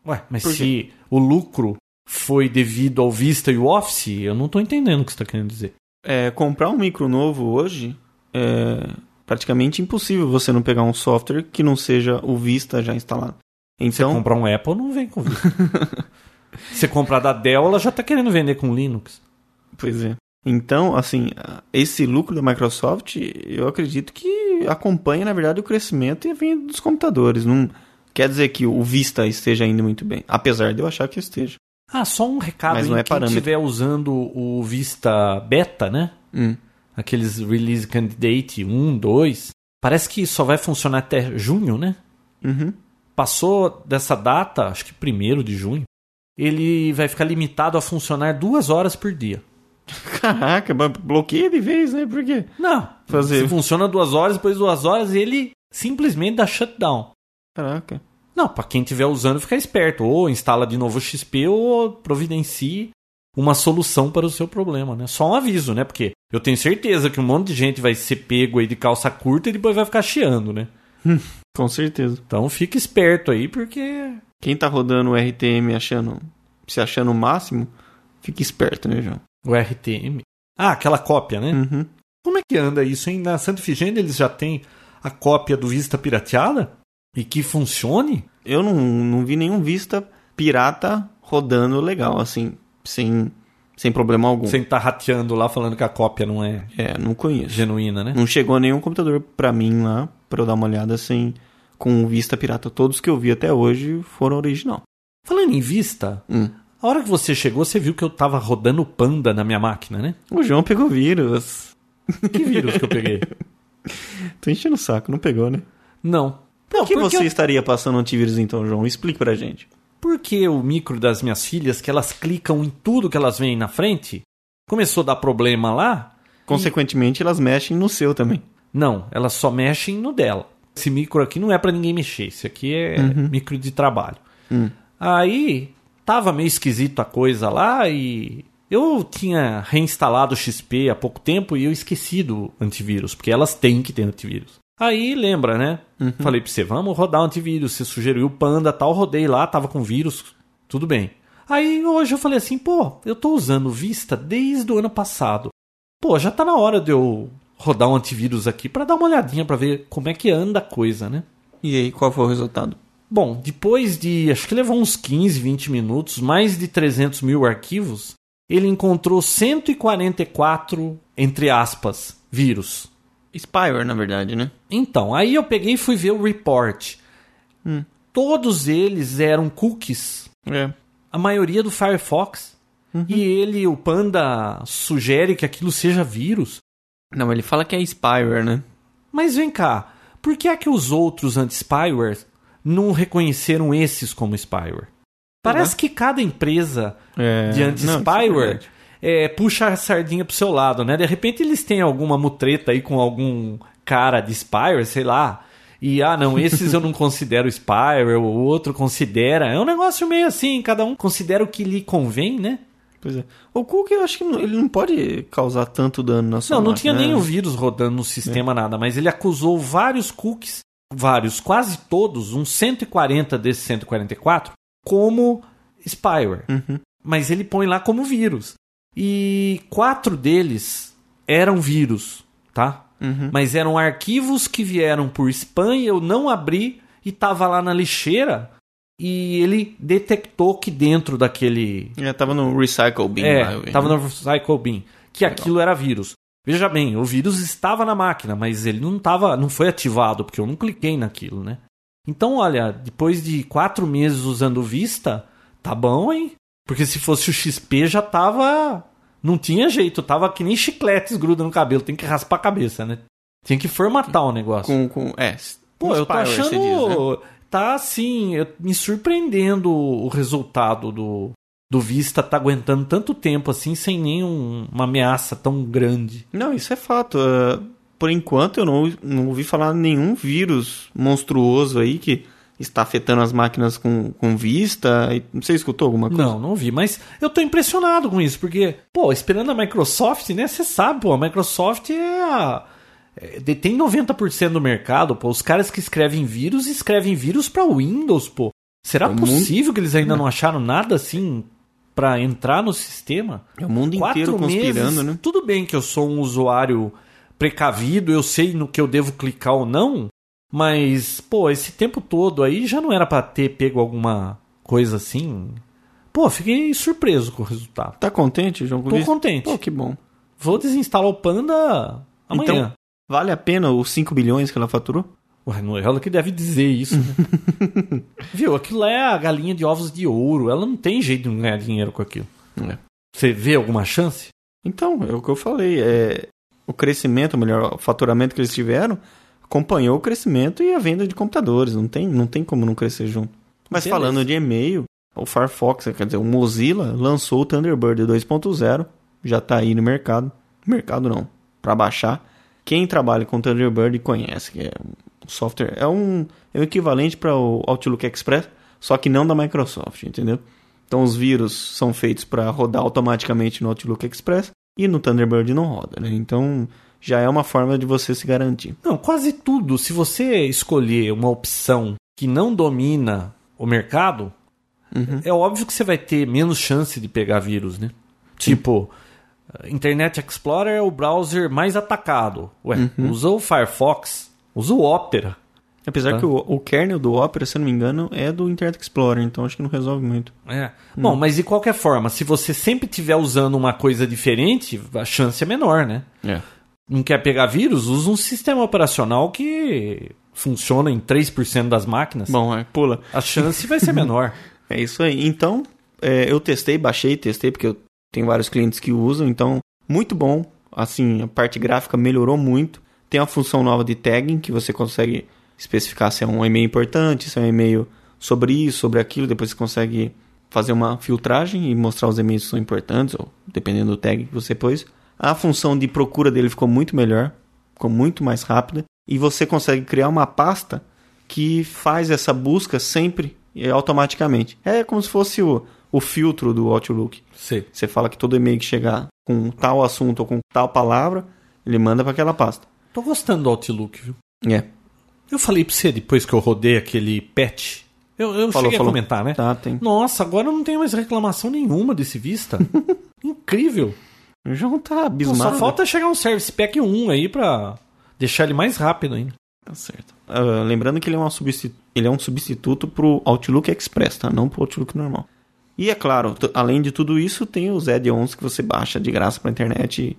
[SPEAKER 1] Ué, mas
[SPEAKER 2] Por
[SPEAKER 1] se o lucro foi devido ao Vista e o Office, eu não tô entendendo o que você tá querendo dizer.
[SPEAKER 2] É, comprar um micro novo hoje é praticamente impossível você não pegar um software que não seja o Vista já instalado.
[SPEAKER 1] Você
[SPEAKER 2] Então,
[SPEAKER 1] comprar um Apple, não vem com (laughs) Vista. Você comprar da Dell, ela já tá querendo vender com Linux.
[SPEAKER 2] pois é. Então, assim, a- esse lucro da Microsoft, eu acredito que acompanha, na verdade, o crescimento e a venda dos computadores. Não quer dizer que o Vista esteja indo muito bem, apesar de eu achar que esteja.
[SPEAKER 1] Ah, só um recado
[SPEAKER 2] Mas
[SPEAKER 1] aí,
[SPEAKER 2] não é
[SPEAKER 1] quem
[SPEAKER 2] parâmetro.
[SPEAKER 1] estiver usando o Vista Beta, né?
[SPEAKER 2] Hum.
[SPEAKER 1] aqueles release candidate 1, 2, parece que só vai funcionar até junho, né?
[SPEAKER 2] Uhum. (laughs)
[SPEAKER 1] Passou dessa data, acho que 1 de junho, ele vai ficar limitado a funcionar duas horas por dia.
[SPEAKER 2] Caraca, mas bloqueia de vez, né? Por quê?
[SPEAKER 1] Não,
[SPEAKER 2] Fazer-
[SPEAKER 1] se funciona duas horas, depois de duas horas ele simplesmente dá shutdown.
[SPEAKER 2] Caraca.
[SPEAKER 1] Não, pra quem estiver usando, ficar esperto. Ou instala de novo o XP ou providencie uma solução para o seu problema, né? Só um aviso, né? Porque eu tenho certeza que um monte de gente vai ser pego aí de calça curta e depois vai ficar chiando, né?
[SPEAKER 2] Com certeza.
[SPEAKER 1] Então fica esperto aí, porque.
[SPEAKER 2] Quem tá rodando o RTM achando, se achando o máximo, fica esperto, né, João?
[SPEAKER 1] O RTM. Ah, aquela cópia, né?
[SPEAKER 2] Uhum.
[SPEAKER 1] Como é que anda isso, hein? Na Santa Ifigênia eles já têm a cópia do Vista pirateada? E que funcione?
[SPEAKER 2] Eu não, não vi nenhum Vista pirata rodando legal, assim, sem, sem problema algum.
[SPEAKER 1] Sem estar rateando lá falando que a cópia não é
[SPEAKER 2] É, não conheço.
[SPEAKER 1] genuína, né?
[SPEAKER 2] Não chegou nenhum computador pra mim lá, pra eu dar uma olhada, assim, com o Vista pirata. Todos que eu vi até hoje foram original.
[SPEAKER 1] Falando em Vista,
[SPEAKER 2] Hum.
[SPEAKER 1] a hora que você chegou, você viu que eu tava rodando Panda na minha máquina, né?
[SPEAKER 2] O João pegou vírus.
[SPEAKER 1] Que vírus que eu
[SPEAKER 2] (laughs)
[SPEAKER 1] peguei?
[SPEAKER 2] Tô enchendo o saco, não pegou, né?
[SPEAKER 1] Não. Não,
[SPEAKER 2] Por que
[SPEAKER 1] porque
[SPEAKER 2] você
[SPEAKER 1] eu-
[SPEAKER 2] estaria passando antivírus então, João? Explique pra gente.
[SPEAKER 1] Porque o micro das minhas filhas, que elas clicam em tudo que elas veem na frente, começou a dar problema lá,
[SPEAKER 2] Consequentemente, elas mexem no seu também.
[SPEAKER 1] Não, elas só mexem no dela. Esse micro aqui não é pra ninguém mexer. Esse aqui é micro de trabalho.
[SPEAKER 2] Hum.
[SPEAKER 1] Aí tava meio esquisito a coisa lá e eu tinha reinstalado o XP há pouco tempo e eu esqueci do antivírus, porque elas têm que ter antivírus. Aí lembra, né? Falei pra você, vamos rodar o antivírus. Você sugeriu o Panda tal, rodei lá, tava com vírus, tudo bem. Aí hoje eu falei assim, pô, eu tô usando Vista desde o ano passado pô, já tá na hora de eu rodar um antivírus aqui pra dar uma olhadinha pra ver como é que anda a coisa, né?
[SPEAKER 2] E aí, qual foi o resultado?
[SPEAKER 1] Bom, depois de, acho que levou uns 15, 20 minutos, mais de 300 mil arquivos, ele encontrou 144, entre aspas, vírus.
[SPEAKER 2] Spyware, na verdade, né?
[SPEAKER 1] Então, aí eu peguei e fui ver o report.
[SPEAKER 2] Hum.
[SPEAKER 1] Todos eles eram cookies,
[SPEAKER 2] É.
[SPEAKER 1] a maioria do Firefox. E ele, o Panda, sugere que aquilo seja vírus.
[SPEAKER 2] Não, ele fala que é spyware, né?
[SPEAKER 1] Mas vem cá, por que é que os outros anti-spyware não reconheceram esses como spyware? Parece que cada empresa
[SPEAKER 2] É.
[SPEAKER 1] de
[SPEAKER 2] não, isso é
[SPEAKER 1] anti-spyware
[SPEAKER 2] verdade.
[SPEAKER 1] é, puxa a sardinha pro seu lado, né? De repente eles têm alguma mutreta aí com algum cara de spyware, sei lá. E, ah,
[SPEAKER 2] (laughs)
[SPEAKER 1] não, esses eu não considero spyware, o outro considera. É um negócio meio assim, cada um considera o que lhe convém, né?
[SPEAKER 2] Pois é. O Cook, eu acho que não- ele não pode causar tanto dano na sua
[SPEAKER 1] Não, não tinha
[SPEAKER 2] máquina, né?
[SPEAKER 1] nem o vírus rodando no sistema, nada, mas ele acusou vários cookies, vários, quase todos, uns 140 desses 144, como spyware.
[SPEAKER 2] Uhum.
[SPEAKER 1] Mas ele põe lá como vírus. E quatro deles eram vírus, tá?
[SPEAKER 2] Uhum.
[SPEAKER 1] Mas eram arquivos que vieram por spam, e eu não abri e tava lá na lixeira. E ele detectou que dentro daquele
[SPEAKER 2] É, tava no Recycle Bin lá, eu
[SPEAKER 1] é,
[SPEAKER 2] vi,
[SPEAKER 1] estava
[SPEAKER 2] né?
[SPEAKER 1] no Recycle Bin. Que aquilo era vírus. Veja bem, o vírus estava na máquina, mas ele não tava, não foi ativado, porque eu não cliquei naquilo, né? Então, olha, depois de quatro meses usando o Vista, tá bom, hein? Porque se fosse o XP já tava Não tinha jeito, tava que nem chicletes gruda no cabelo, tem que raspar a cabeça, né? Tinha que formatar o negócio.
[SPEAKER 2] Com, com, é,
[SPEAKER 1] Pô, eu tô
[SPEAKER 2] Spyware, você
[SPEAKER 1] achando.
[SPEAKER 2] diz, né?
[SPEAKER 1] Tá assim, eu- me surpreendendo o resultado do, do Vista tá aguentando tanto tempo assim, sem nenhuma ameaça tão grande.
[SPEAKER 2] Não, isso é fato. Ah, por enquanto eu não, não ouvi falar nenhum vírus monstruoso aí que está afetando as máquinas com, com vista. E- Você escutou alguma coisa?
[SPEAKER 1] Não, não vi, mas eu tô impressionado com isso, porque, pô, esperando a Microsoft, né? Você sabe, pô, a Microsoft é a. é, detém 90% do mercado, pô. Os caras que escrevem vírus escrevem vírus pra Windows, pô. Será
[SPEAKER 2] O mundo-
[SPEAKER 1] possível que eles ainda não acharam nada assim pra entrar no sistema?
[SPEAKER 2] É o mundo inteiro
[SPEAKER 1] Quatro
[SPEAKER 2] conspirando,
[SPEAKER 1] meses,
[SPEAKER 2] né?
[SPEAKER 1] Tudo bem que eu sou um usuário precavido, eu sei no que eu devo clicar ou não, mas, pô, esse tempo todo aí já não era pra ter pego alguma coisa assim. Pô, fiquei surpreso com o resultado.
[SPEAKER 2] Tá contente, João? com
[SPEAKER 1] Tô
[SPEAKER 2] isso?
[SPEAKER 1] contente.
[SPEAKER 2] Pô, que bom.
[SPEAKER 1] Vou desinstalar o Panda
[SPEAKER 2] então-
[SPEAKER 1] amanhã.
[SPEAKER 2] Vale a pena os 5 bilhões que ela faturou?
[SPEAKER 1] Ué, não é ela que deve dizer
[SPEAKER 2] (laughs)
[SPEAKER 1] isso, né? Viu, aquilo lá é a galinha de ovos de ouro. Ela não tem jeito de não ganhar dinheiro com aquilo.
[SPEAKER 2] É.
[SPEAKER 1] Você vê alguma chance?
[SPEAKER 2] Então, é o que eu falei. É, o crescimento, ou melhor, o faturamento que eles tiveram, acompanhou o crescimento e a venda de computadores. Não tem, não tem como não crescer junto. Mas
[SPEAKER 1] Beleza.
[SPEAKER 2] falando de e-mail, o Firefox, quer dizer, o Mozilla lançou o Thunderbird 2.0. Já está aí no mercado. Mercado não, para baixar. Quem trabalha com Thunderbird conhece, que é um software. É um, é o equivalente para o Outlook Express, só que não da Microsoft, entendeu? Então os vírus são feitos para rodar automaticamente no Outlook Express e no Thunderbird não roda, né? Então já é uma forma de você se garantir.
[SPEAKER 1] Não, quase tudo. Se você escolher uma opção que não domina o mercado, é óbvio que você vai ter menos chance de pegar vírus, né? Tipo, Internet Explorer é o browser mais atacado. Ué, usa o Firefox, usa o Opera.
[SPEAKER 2] Apesar
[SPEAKER 1] Tá.
[SPEAKER 2] que o, o kernel do Opera, se eu não me engano, é do Internet Explorer, então acho que não resolve muito.
[SPEAKER 1] É. Bom, mas de qualquer forma, se você sempre estiver usando uma coisa diferente, a chance é menor, né?
[SPEAKER 2] É.
[SPEAKER 1] não quer pegar vírus, usa um sistema operacional que funciona em 3% das máquinas.
[SPEAKER 2] Bom, é, pula.
[SPEAKER 1] A chance vai ser
[SPEAKER 2] (laughs)
[SPEAKER 1] menor.
[SPEAKER 2] É isso aí. Então, é, eu testei, baixei, testei, porque eu tenho vários clientes que usam, então, muito bom. Assim, a parte gráfica melhorou muito. Tem uma função nova de tagging, que você consegue especificar se é um e-mail importante, se é um e-mail sobre isso, sobre aquilo. Depois você consegue fazer uma filtragem e mostrar os e-mails que são importantes, ou dependendo do tag que você pôs. A função de procura dele ficou muito melhor, ficou muito mais rápida. E você consegue criar uma pasta que faz essa busca sempre e automaticamente. É como se fosse o, o filtro do Outlook.
[SPEAKER 1] Sei.
[SPEAKER 2] Você fala que todo e-mail que chegar com tal assunto ou com tal palavra, ele manda para aquela pasta.
[SPEAKER 1] Tô gostando do Outlook, viu?
[SPEAKER 2] É.
[SPEAKER 1] Eu falei pra você depois que eu rodei aquele patch. Eu, eu
[SPEAKER 2] Falou,
[SPEAKER 1] cheguei
[SPEAKER 2] falou.
[SPEAKER 1] a comentar, né?
[SPEAKER 2] Tá, tem.
[SPEAKER 1] Nossa, agora eu não tenho mais reclamação nenhuma desse
[SPEAKER 2] (laughs)
[SPEAKER 1] Vista. Incrível.
[SPEAKER 2] O João tá
[SPEAKER 1] Pô, só
[SPEAKER 2] abismado.
[SPEAKER 1] falta chegar um Service Pack 1 aí pra deixar ele mais rápido ainda.
[SPEAKER 2] Tá certo. Ah, lembrando que ele é, uma substi- ele é um substituto pro Outlook Express, tá? Não pro Outlook normal. E é claro, t- além de tudo isso, tem os add-ons que você baixa de graça pra internet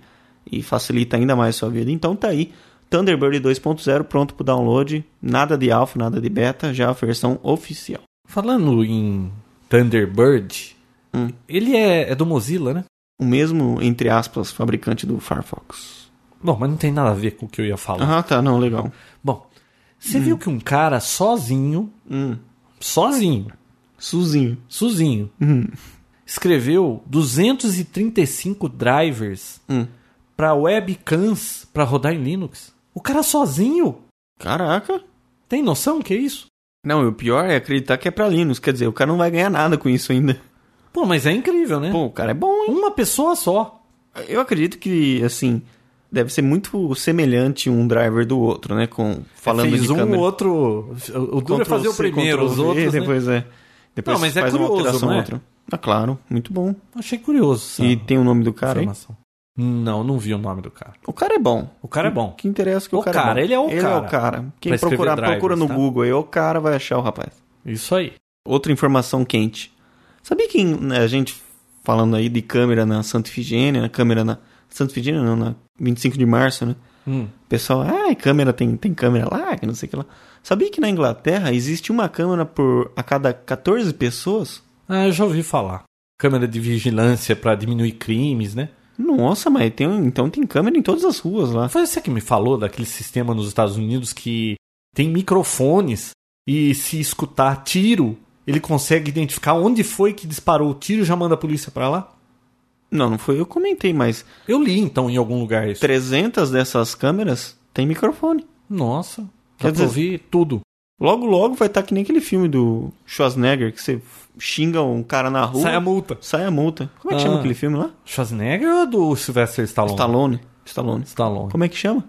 [SPEAKER 2] e, e facilita ainda mais a sua vida. Então tá aí, Thunderbird 2.0 pronto pro download. Nada de alpha, nada de beta, já a versão oficial.
[SPEAKER 1] Falando em Thunderbird,
[SPEAKER 2] Hum.
[SPEAKER 1] ele é- é do Mozilla, né?
[SPEAKER 2] O mesmo, entre aspas, fabricante do Firefox.
[SPEAKER 1] Bom, mas não tem nada a ver com o que eu ia falar.
[SPEAKER 2] Ah, tá, não, legal.
[SPEAKER 1] Bom, você viu que um cara sozinho,
[SPEAKER 2] Hum,
[SPEAKER 1] sozinho,
[SPEAKER 2] Suzinho.
[SPEAKER 1] sozinho,
[SPEAKER 2] Hum.
[SPEAKER 1] escreveu 235 drivers
[SPEAKER 2] Hum.
[SPEAKER 1] para webcams para rodar em Linux? O cara sozinho?
[SPEAKER 2] Caraca.
[SPEAKER 1] Tem noção que é isso?
[SPEAKER 2] Não, e o pior é acreditar que é pra Linux. Quer dizer, o cara não vai ganhar nada com isso ainda.
[SPEAKER 1] Pô, mas é incrível, né?
[SPEAKER 2] Pô, o cara é bom, hein?
[SPEAKER 1] Uma pessoa só.
[SPEAKER 2] Eu acredito que, assim, deve ser muito semelhante um driver do outro, né? Com, falando
[SPEAKER 1] Fez
[SPEAKER 2] de
[SPEAKER 1] um
[SPEAKER 2] câmera.
[SPEAKER 1] outro. O duro é
[SPEAKER 2] Ctrl
[SPEAKER 1] fazer o
[SPEAKER 2] C,
[SPEAKER 1] primeiro,
[SPEAKER 2] Ctrl
[SPEAKER 1] os
[SPEAKER 2] V,
[SPEAKER 1] outros. né?
[SPEAKER 2] Depois é. Depois
[SPEAKER 1] Não, mas é
[SPEAKER 2] faz uma
[SPEAKER 1] curioso,
[SPEAKER 2] alteração
[SPEAKER 1] não é?
[SPEAKER 2] outra. Ah, claro, muito bom.
[SPEAKER 1] Achei curioso. Essa
[SPEAKER 2] E tem o nome do cara aí.
[SPEAKER 1] informação. Não, não vi o nome do cara.
[SPEAKER 2] O cara é bom.
[SPEAKER 1] O cara é bom.
[SPEAKER 2] O que interessa é que o,
[SPEAKER 1] O
[SPEAKER 2] cara, é
[SPEAKER 1] cara,
[SPEAKER 2] bom.
[SPEAKER 1] ele é o
[SPEAKER 2] ele
[SPEAKER 1] cara.
[SPEAKER 2] é o cara.
[SPEAKER 1] Pra
[SPEAKER 2] Quem
[SPEAKER 1] escrever
[SPEAKER 2] procurar, procura
[SPEAKER 1] drivers,
[SPEAKER 2] no
[SPEAKER 1] tá?
[SPEAKER 2] Google aí, o cara vai achar o rapaz.
[SPEAKER 1] Isso aí.
[SPEAKER 2] Outra informação quente. Sabia que né, a gente falando aí de câmera na Santa Ifigênia, na câmera na Santa Ifigênia não, na 25 de março, né?
[SPEAKER 1] Hum.
[SPEAKER 2] O pessoal, ah, câmera tem, tem câmera lá, que não sei o que lá. Sabia que na Inglaterra existe uma câmera por a cada 14 pessoas?
[SPEAKER 1] Ah, eu já ouvi falar. Câmera de vigilância pra diminuir crimes, né?
[SPEAKER 2] Nossa, mas tem, então tem câmera em todas as ruas lá.
[SPEAKER 1] Foi você que me falou daquele sistema nos Estados Unidos que tem microfones e se escutar tiro, ele consegue identificar onde foi que disparou o tiro e já manda a polícia pra lá?
[SPEAKER 2] Não, não foi eu que comentei, mas
[SPEAKER 1] Eu li então em algum lugar isso.
[SPEAKER 2] 300 dessas câmeras tem microfone.
[SPEAKER 1] Nossa, dá
[SPEAKER 2] Quer
[SPEAKER 1] pra
[SPEAKER 2] dizer-
[SPEAKER 1] ouvir tudo.
[SPEAKER 2] Logo, logo vai estar que nem aquele filme do Schwarzenegger, que você xinga um cara na rua,
[SPEAKER 1] Sai a multa.
[SPEAKER 2] sai a multa. Como é que
[SPEAKER 1] Ah.
[SPEAKER 2] chama aquele filme lá?
[SPEAKER 1] Schwarzenegger ou do Sylvester Stallone?
[SPEAKER 2] Stallone. Stallone.
[SPEAKER 1] Stallone.
[SPEAKER 2] Como é que chama?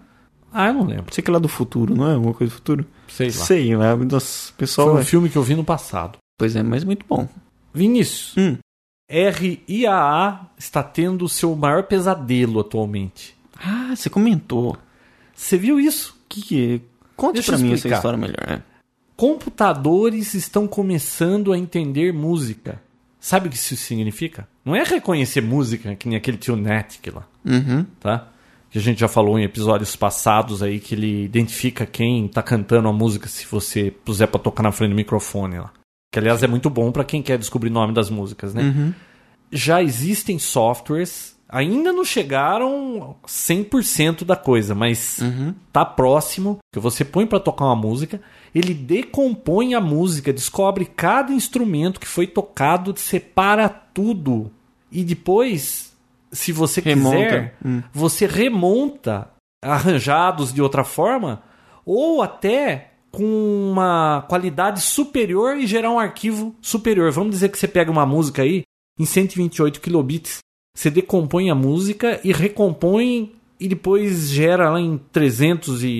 [SPEAKER 1] Ah, eu não lembro.
[SPEAKER 2] Sei que é lá do futuro, não é? Alguma coisa do futuro?
[SPEAKER 1] Sei lá.
[SPEAKER 2] Sei, né? Nossa, o pessoal...
[SPEAKER 1] Foi um
[SPEAKER 2] vai-
[SPEAKER 1] filme que eu vi no passado.
[SPEAKER 2] Pois é, mas muito bom.
[SPEAKER 1] Vinícius,
[SPEAKER 2] Hum.
[SPEAKER 1] RIAA está tendo o seu maior pesadelo atualmente.
[SPEAKER 2] Ah, você comentou.
[SPEAKER 1] Você viu isso?
[SPEAKER 2] Que que... é? Conte
[SPEAKER 1] Deixa
[SPEAKER 2] pra
[SPEAKER 1] eu
[SPEAKER 2] mim
[SPEAKER 1] explicar.
[SPEAKER 2] essa história melhor. né?
[SPEAKER 1] Computadores estão começando a entender música. Sabe o que isso significa? Não é reconhecer música, que nem aquele tio Netic lá,
[SPEAKER 2] Uhum.
[SPEAKER 1] tá? Que a gente já falou em episódios passados aí que ele identifica quem tá cantando a música se você puser pra tocar na frente do microfone lá. Que aliás é muito bom pra quem quer descobrir o nome das músicas, né?
[SPEAKER 2] Uhum.
[SPEAKER 1] já existem softwares, ainda não chegaram 100% da coisa, mas
[SPEAKER 2] Uhum.
[SPEAKER 1] tá próximo, que você põe para tocar uma música, ele decompõe a música, descobre cada instrumento que foi tocado, separa tudo e depois, se você
[SPEAKER 2] Remonta.
[SPEAKER 1] quiser,
[SPEAKER 2] Hum.
[SPEAKER 1] você remonta arranjados de outra forma ou até com uma qualidade superior e gerar um arquivo superior. Vamos dizer que você pega uma música aí em 128 kilobits, você decompõe a música e recompõe e depois gera lá em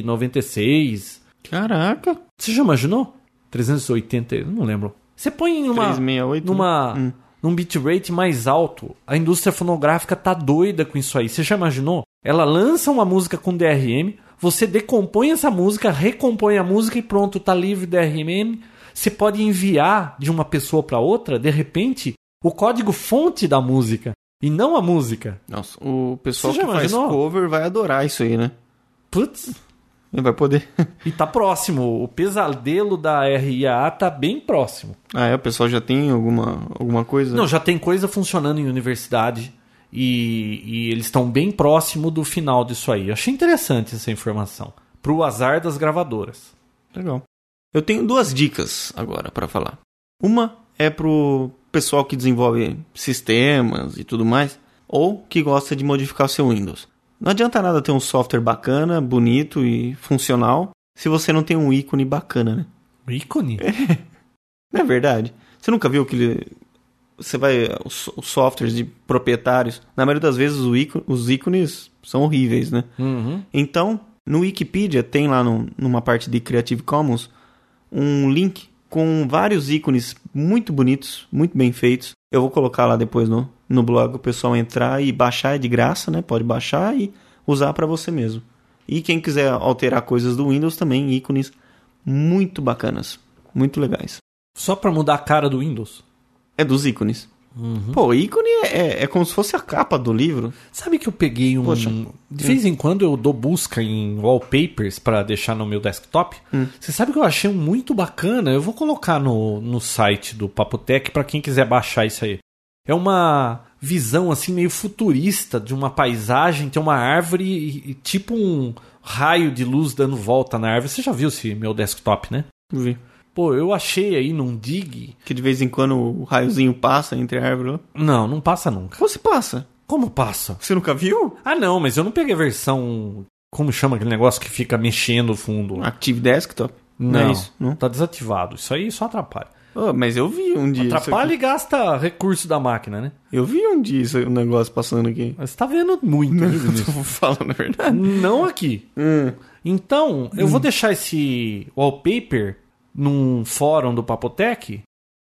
[SPEAKER 1] 396.
[SPEAKER 2] Caraca.
[SPEAKER 1] Você já imaginou? 380, eu não lembro. Você põe em uma
[SPEAKER 2] 368.
[SPEAKER 1] numa,
[SPEAKER 2] Hum.
[SPEAKER 1] num bitrate mais alto. A indústria fonográfica tá doida com isso aí. Você já imaginou? Ela lança uma música com DRM, você decompõe essa música, recompõe a música e pronto, tá livre DRM. Você pode enviar de uma pessoa para outra, de repente, o código fonte da música e não a música.
[SPEAKER 2] Nossa, o pessoal
[SPEAKER 1] Você
[SPEAKER 2] que
[SPEAKER 1] já
[SPEAKER 2] faz
[SPEAKER 1] imaginou?
[SPEAKER 2] cover vai adorar isso aí, né?
[SPEAKER 1] Putz,
[SPEAKER 2] Ele vai poder. (laughs)
[SPEAKER 1] e tá próximo, o pesadelo da RIA tá bem próximo.
[SPEAKER 2] ah, é, o pessoal já tem alguma, alguma coisa?
[SPEAKER 1] Não, já tem coisa funcionando em universidade e, e eles estão bem próximo do final disso aí. Eu achei interessante essa informação. Pro azar das gravadoras.
[SPEAKER 2] Legal. Eu tenho duas dicas agora pra falar. Uma é pro pessoal que desenvolve sistemas e tudo mais, ou que gosta de modificar seu Windows. Não adianta nada ter um software bacana, bonito e funcional, se você não tem um ícone bacana, né?
[SPEAKER 1] Ícone?
[SPEAKER 2] Não é verdade? Você nunca viu que ele- você vai os so- os softwares de proprietários, na maioria das vezes o íco- os ícones são horríveis, né?
[SPEAKER 1] Uhum.
[SPEAKER 2] Então, no Wikipedia tem lá num- numa parte de Creative Commons um link com vários ícones muito bonitos, muito bem feitos. Eu vou colocar lá depois no, no blog o pessoal entrar e baixar é de graça, né? Pode baixar e usar para você mesmo. E quem quiser alterar coisas do Windows também, ícones muito bacanas, muito legais.
[SPEAKER 1] Só pra mudar a cara do Windows.
[SPEAKER 2] É dos ícones.
[SPEAKER 1] Uhum.
[SPEAKER 2] Pô, ícone é, é como se fosse a capa do livro.
[SPEAKER 1] Sabe que eu peguei um.
[SPEAKER 2] Poxa.
[SPEAKER 1] De vez em quando eu dou busca em wallpapers pra deixar no meu desktop.
[SPEAKER 2] Hum.
[SPEAKER 1] Você sabe que eu achei um muito bacana. Eu vou colocar no, no site do Papotec pra quem quiser baixar isso aí. É uma visão assim meio futurista de uma paisagem, tem uma árvore e, e tipo um raio de luz dando volta na árvore. Você já viu esse meu desktop, né?
[SPEAKER 2] Vi.
[SPEAKER 1] Pô, eu achei aí num dig.
[SPEAKER 2] Que de vez em quando o raiozinho passa entre a árvore. ó.
[SPEAKER 1] Não, não passa nunca.
[SPEAKER 2] Como se passa?
[SPEAKER 1] Como passa?
[SPEAKER 2] Você nunca viu?
[SPEAKER 1] Ah, não, mas eu não peguei a versão. Como chama aquele negócio que fica mexendo o fundo lá?
[SPEAKER 2] Um Active Desktop? Ah, Não, é isso? Não?
[SPEAKER 1] Tá desativado. Isso aí só atrapalha.
[SPEAKER 2] Ô, mas eu vi um dia. isso
[SPEAKER 1] atrapalha
[SPEAKER 2] aqui.
[SPEAKER 1] e gasta recurso da máquina, né?
[SPEAKER 2] Eu vi um dia isso, um negócio
[SPEAKER 1] (laughs)
[SPEAKER 2] passando aqui.
[SPEAKER 1] Mas Você tá vendo muito.
[SPEAKER 2] Não,
[SPEAKER 1] né,
[SPEAKER 2] eu
[SPEAKER 1] Vinícius?
[SPEAKER 2] tô (laughs) falando a verdade.
[SPEAKER 1] não aqui.
[SPEAKER 2] Hum.
[SPEAKER 1] Então, eu vou deixar esse wallpaper num fórum do Papotec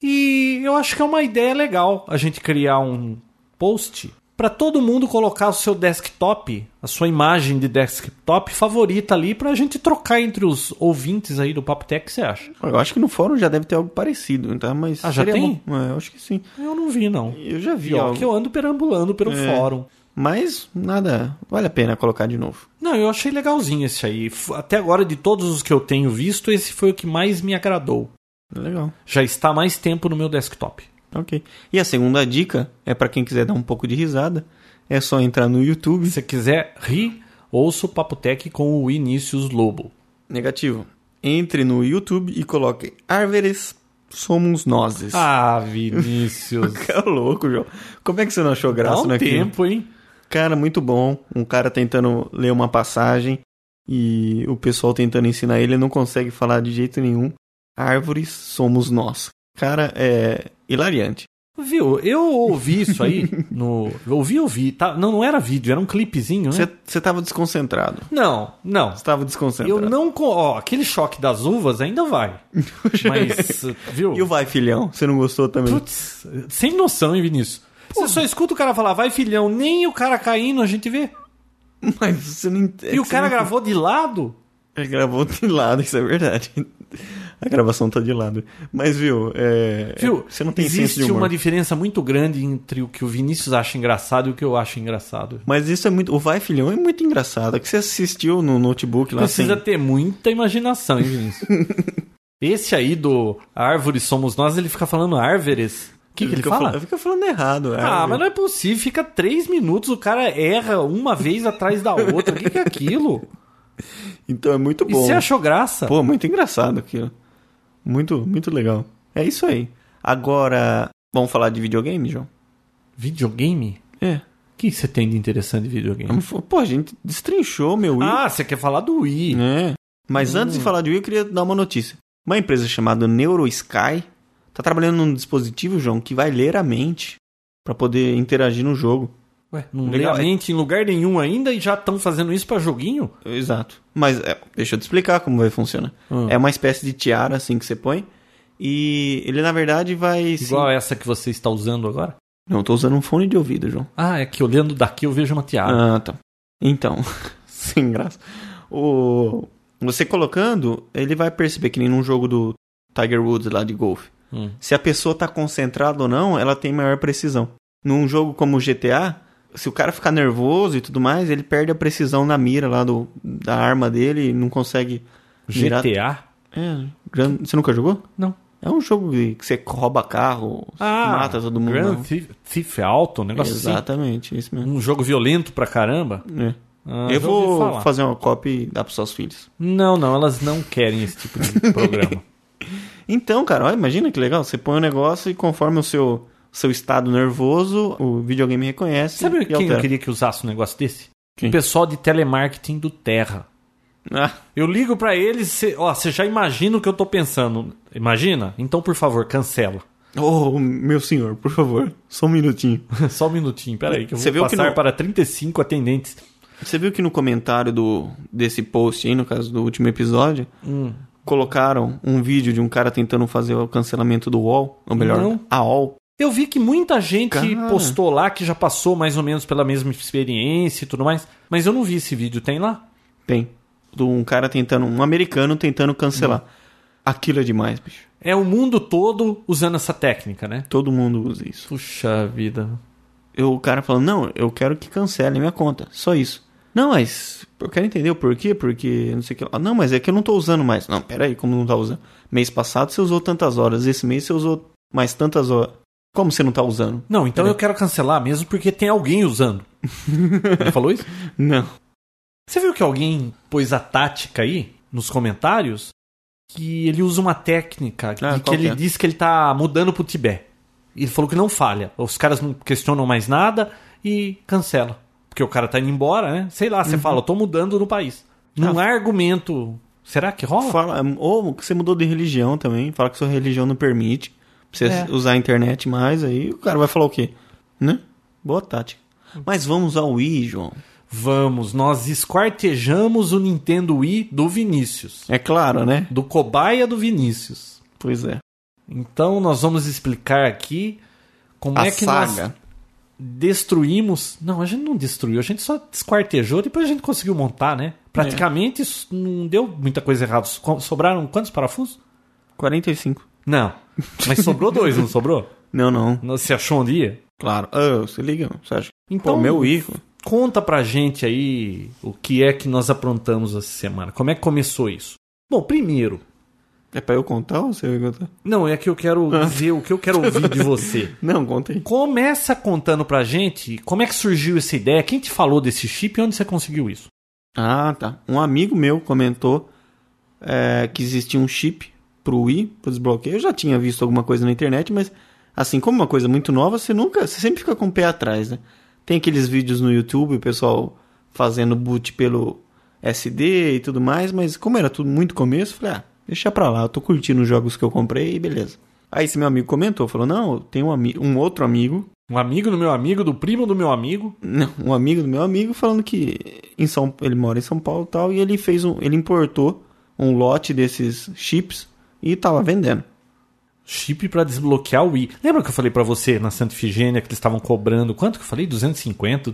[SPEAKER 1] e eu acho que é uma ideia legal a gente criar um post para todo mundo colocar o seu desktop, a sua imagem de desktop favorita ali pra gente trocar entre os ouvintes aí do Papotec, você acha?
[SPEAKER 2] Eu acho que no fórum já deve ter algo parecido, tá? Mas
[SPEAKER 1] Ah, já
[SPEAKER 2] seria
[SPEAKER 1] tem?
[SPEAKER 2] bom. É, eu acho que sim.
[SPEAKER 1] Eu não vi não.
[SPEAKER 2] Eu já vi
[SPEAKER 1] Pior
[SPEAKER 2] algo.
[SPEAKER 1] que eu ando perambulando pelo
[SPEAKER 2] É.
[SPEAKER 1] fórum.
[SPEAKER 2] Mas nada, vale a pena colocar de novo.
[SPEAKER 1] Não, eu achei legalzinho esse aí. F- Até agora, de todos os que eu tenho visto, esse foi o que mais me agradou.
[SPEAKER 2] Legal.
[SPEAKER 1] Já está há mais tempo no meu desktop.
[SPEAKER 2] Ok. E a segunda dica é pra quem quiser dar um pouco de risada. É só entrar no YouTube.
[SPEAKER 1] Se quiser rir, ouça o Papotec com o Vinícius Lobo.
[SPEAKER 2] Negativo. Entre no YouTube e coloque Árvores Somos Nozes. (laughs)
[SPEAKER 1] Ah, (laughs) Vinícius.
[SPEAKER 2] É louco, João. Como é que você não achou
[SPEAKER 1] Dá
[SPEAKER 2] graça
[SPEAKER 1] um
[SPEAKER 2] naquilo?
[SPEAKER 1] tempo, hein?
[SPEAKER 2] Cara, muito bom. Um cara tentando ler uma passagem e o pessoal tentando ensinar ele não consegue falar de jeito nenhum. Árvores somos nós. Cara, é hilariante.
[SPEAKER 1] Viu? Eu ouvi isso aí no. eu Ouvi, ouvi. Tá... Não, não era vídeo, era um clipezinho, né?
[SPEAKER 2] Você tava desconcentrado.
[SPEAKER 1] Não, não.
[SPEAKER 2] Você tá tava desconcentrado.
[SPEAKER 1] Eu não. co- Ó, aquele choque das uvas ainda vai.
[SPEAKER 2] (laughs)
[SPEAKER 1] Mas, viu?
[SPEAKER 2] E o vai, filhão? Você não gostou também?
[SPEAKER 1] Putz, sem noção, hein, Vinícius? Você só escuta o cara falar, vai filhão, nem o cara caindo a gente vê.
[SPEAKER 2] (laughs) Mas você não entende.
[SPEAKER 1] e o cara gravou de lado?
[SPEAKER 2] Ele gravou de lado, isso é verdade. A gravação tá de lado. Mas, viu, é...
[SPEAKER 1] Viu?
[SPEAKER 2] você não tem
[SPEAKER 1] existe
[SPEAKER 2] senso de humor.
[SPEAKER 1] uma diferença muito grande entre o que o Vinícius acha engraçado e o que eu acho engraçado.
[SPEAKER 2] Mas isso é muito... O Vai Filhão é muito engraçado. É que você assistiu no notebook lá,
[SPEAKER 1] Precisa
[SPEAKER 2] assim...
[SPEAKER 1] ter muita imaginação, hein,
[SPEAKER 2] (laughs)
[SPEAKER 1] Vinícius? Esse aí do Árvores Somos Nós, ele fica falando árvores. O que, que ele
[SPEAKER 2] fica
[SPEAKER 1] fala?
[SPEAKER 2] fal- Fica falando errado.
[SPEAKER 1] Ah, mas não é possível. Fica três minutos, o cara erra uma vez atrás da outra. O que, que é aquilo?
[SPEAKER 2] Então é muito
[SPEAKER 1] E
[SPEAKER 2] bom.
[SPEAKER 1] você achou graça?
[SPEAKER 2] Pô, muito engraçado aquilo. Muito, muito legal. É isso aí. Agora, vamos falar de videogame, João?
[SPEAKER 1] Videogame?
[SPEAKER 2] É.
[SPEAKER 1] O que você tem de interessante de videogame?
[SPEAKER 2] Vamos fa- Pô, a gente destrinchou meu Wii.
[SPEAKER 1] Ah, Hum. você quer falar do Wii.
[SPEAKER 2] né? Mas antes de falar de Wii, eu queria dar uma notícia. Uma empresa chamada NeuroSky tá trabalhando num dispositivo, João, que vai ler a mente pra poder interagir no jogo.
[SPEAKER 1] Ué, não
[SPEAKER 2] Legal,
[SPEAKER 1] legalmente em lugar nenhum ainda e já estão fazendo isso pra joguinho?
[SPEAKER 2] Exato. Mas é, deixa eu te explicar como vai funcionar.
[SPEAKER 1] Ah.
[SPEAKER 2] É uma espécie de tiara assim que você põe e ele na verdade vai se-
[SPEAKER 1] Igual essa que você está usando agora?
[SPEAKER 2] Não, eu tô usando um fone de ouvido, João.
[SPEAKER 1] Ah, é que olhando daqui eu vejo uma tiara.
[SPEAKER 2] Ah, tá. Então, (laughs) sem graça. O... Você colocando, ele vai perceber que nem num jogo do Tiger Woods lá de golfe.
[SPEAKER 1] Hum.
[SPEAKER 2] Se a pessoa tá concentrada ou não, ela tem maior precisão. Num jogo como o GTA, se o cara ficar nervoso e tudo mais, ele perde a precisão na mira lá do, da arma dele e não consegue.
[SPEAKER 1] GTA?
[SPEAKER 2] É, Gran- Você nunca jogou?
[SPEAKER 1] Não.
[SPEAKER 2] É um jogo que que você rouba carro, mata todo mundo.
[SPEAKER 1] Ah, Grand
[SPEAKER 2] não.
[SPEAKER 1] Theft, Theft Auto, um negócio
[SPEAKER 2] Exatamente, isso
[SPEAKER 1] assim.
[SPEAKER 2] mesmo.
[SPEAKER 1] Um jogo violento pra caramba.
[SPEAKER 2] É.
[SPEAKER 1] Ah,
[SPEAKER 2] Eu
[SPEAKER 1] já ouvi
[SPEAKER 2] vou
[SPEAKER 1] falar.
[SPEAKER 2] fazer uma cópia e dar pros seus filhos.
[SPEAKER 1] Não, não, elas não querem esse tipo
[SPEAKER 2] (laughs)
[SPEAKER 1] de programa.
[SPEAKER 2] Então, cara, ó, imagina que legal. Você põe o negócio e conforme o seu, seu estado nervoso, o videogame reconhece
[SPEAKER 1] Sabe
[SPEAKER 2] e
[SPEAKER 1] quem
[SPEAKER 2] altera.
[SPEAKER 1] eu queria que usasse um negócio desse?
[SPEAKER 2] Quem?
[SPEAKER 1] O pessoal de telemarketing do Terra.
[SPEAKER 2] (laughs) Ah,
[SPEAKER 1] Eu ligo pra eles, cê- ó, você já imagina o que eu tô pensando. Imagina? Então, por favor, cancela. (laughs)
[SPEAKER 2] oh, meu senhor, por favor, só um minutinho.
[SPEAKER 1] Só um minutinho, peraí, que eu
[SPEAKER 2] Você
[SPEAKER 1] vou
[SPEAKER 2] viu que
[SPEAKER 1] passar
[SPEAKER 2] não-
[SPEAKER 1] para 35 atendentes.
[SPEAKER 2] Você viu que no comentário do, desse post aí, no caso do último episódio,
[SPEAKER 1] Hum.
[SPEAKER 2] colocaram um vídeo de um cara tentando fazer o cancelamento do UOL, ou melhor,
[SPEAKER 1] Não.
[SPEAKER 2] a UOL.
[SPEAKER 1] Eu vi que muita gente
[SPEAKER 2] Cara.
[SPEAKER 1] postou lá que já passou mais ou menos pela mesma experiência e tudo mais, mas eu não vi esse vídeo, tem lá?
[SPEAKER 2] Tem. De um cara tentando, um americano tentando cancelar.
[SPEAKER 1] Hum.
[SPEAKER 2] Aquilo é demais, bicho.
[SPEAKER 1] É o mundo todo usando essa técnica, né?
[SPEAKER 2] Todo mundo usa isso.
[SPEAKER 1] Puxa vida.
[SPEAKER 2] Eu, o cara falando, não, eu quero que cancele minha conta. Só isso. Não, mas eu quero entender o porquê, porque não sei o que. lá. Não, mas é que eu não tô usando mais. Não, peraí, como não tá usando? Mês passado você usou tantas horas, esse mês você usou mais tantas horas. Como você não tá usando?
[SPEAKER 1] Não, então
[SPEAKER 2] Peraí.
[SPEAKER 1] eu quero cancelar mesmo porque tem alguém usando. (laughs) Ele falou isso?
[SPEAKER 2] Não.
[SPEAKER 1] Você viu que alguém pôs a tática aí nos comentários que ele usa uma técnica de
[SPEAKER 2] qual
[SPEAKER 1] que ele
[SPEAKER 2] que é?
[SPEAKER 1] diz que ele tá mudando pro Tibete. Ele falou que não falha. Os caras não questionam mais nada e cancela. Porque o cara tá indo embora, né? Sei lá,
[SPEAKER 2] Uhum.
[SPEAKER 1] você fala, eu tô mudando no país. Não
[SPEAKER 2] Ah.
[SPEAKER 1] há argumento. Será que rola?
[SPEAKER 2] Fala, ou que você mudou de religião também, fala que sua religião não permite. Pra você
[SPEAKER 1] É.
[SPEAKER 2] usar a internet mais, aí o cara vai falar o quê? Né? Boa tática. Mas vamos ao Wii, João.
[SPEAKER 1] Vamos, nós esquartejamos o Nintendo Wii do Vinícius.
[SPEAKER 2] É claro, né?
[SPEAKER 1] Do cobaia do Vinícius.
[SPEAKER 2] Pois é.
[SPEAKER 1] Então nós vamos explicar aqui como
[SPEAKER 2] a
[SPEAKER 1] é que nós
[SPEAKER 2] saga.
[SPEAKER 1] destruímos. Não, a gente não destruiu, a gente só desquartejou, depois a gente conseguiu montar, né? Praticamente isso não deu muita coisa errada. So- Sobraram quantos parafusos?
[SPEAKER 2] 45.
[SPEAKER 1] Não. Mas sobrou dois, não sobrou?
[SPEAKER 2] Não, não.
[SPEAKER 1] Não, Você achou um dia?
[SPEAKER 2] Claro. Ah, você liga, você acha?
[SPEAKER 1] Então,
[SPEAKER 2] Pô, meu Wii. pô.
[SPEAKER 1] conta pra gente aí o que é que nós aprontamos essa semana. Como é que começou isso? Bom, primeiro,
[SPEAKER 2] É pra eu contar ou você vai contar?
[SPEAKER 1] Não, é que eu quero
[SPEAKER 2] Ah.
[SPEAKER 1] ver o que eu quero ouvir de
[SPEAKER 2] (laughs)
[SPEAKER 1] você.
[SPEAKER 2] Não, conta aí.
[SPEAKER 1] Começa contando pra gente como é que surgiu essa ideia, quem te falou desse chip e onde você conseguiu isso.
[SPEAKER 2] Ah, tá. Um amigo meu comentou é, que existia um chip pro Wii, pro desbloqueio. Eu já tinha visto alguma coisa na internet, mas assim, como uma coisa muito nova, você nunca. Você sempre fica com o pé atrás, né? Tem aqueles vídeos no YouTube, o pessoal fazendo boot pelo SD e tudo mais, mas como era tudo muito começo, eu falei, ah, deixa pra lá, eu tô curtindo os jogos que eu comprei e beleza. Aí esse meu amigo comentou, falou, não, tem um, ami- um outro amigo
[SPEAKER 1] Um amigo do meu amigo, do primo do meu amigo.
[SPEAKER 2] não, um amigo do meu amigo falando que em São, ele mora em São Paulo e tal, e ele fez um, ele importou um lote desses chips e tava vendendo.
[SPEAKER 1] Chip pra desbloquear o Wii. Lembra que eu falei pra você na Santa Ifigênia que eles estavam cobrando quanto que eu falei? 250,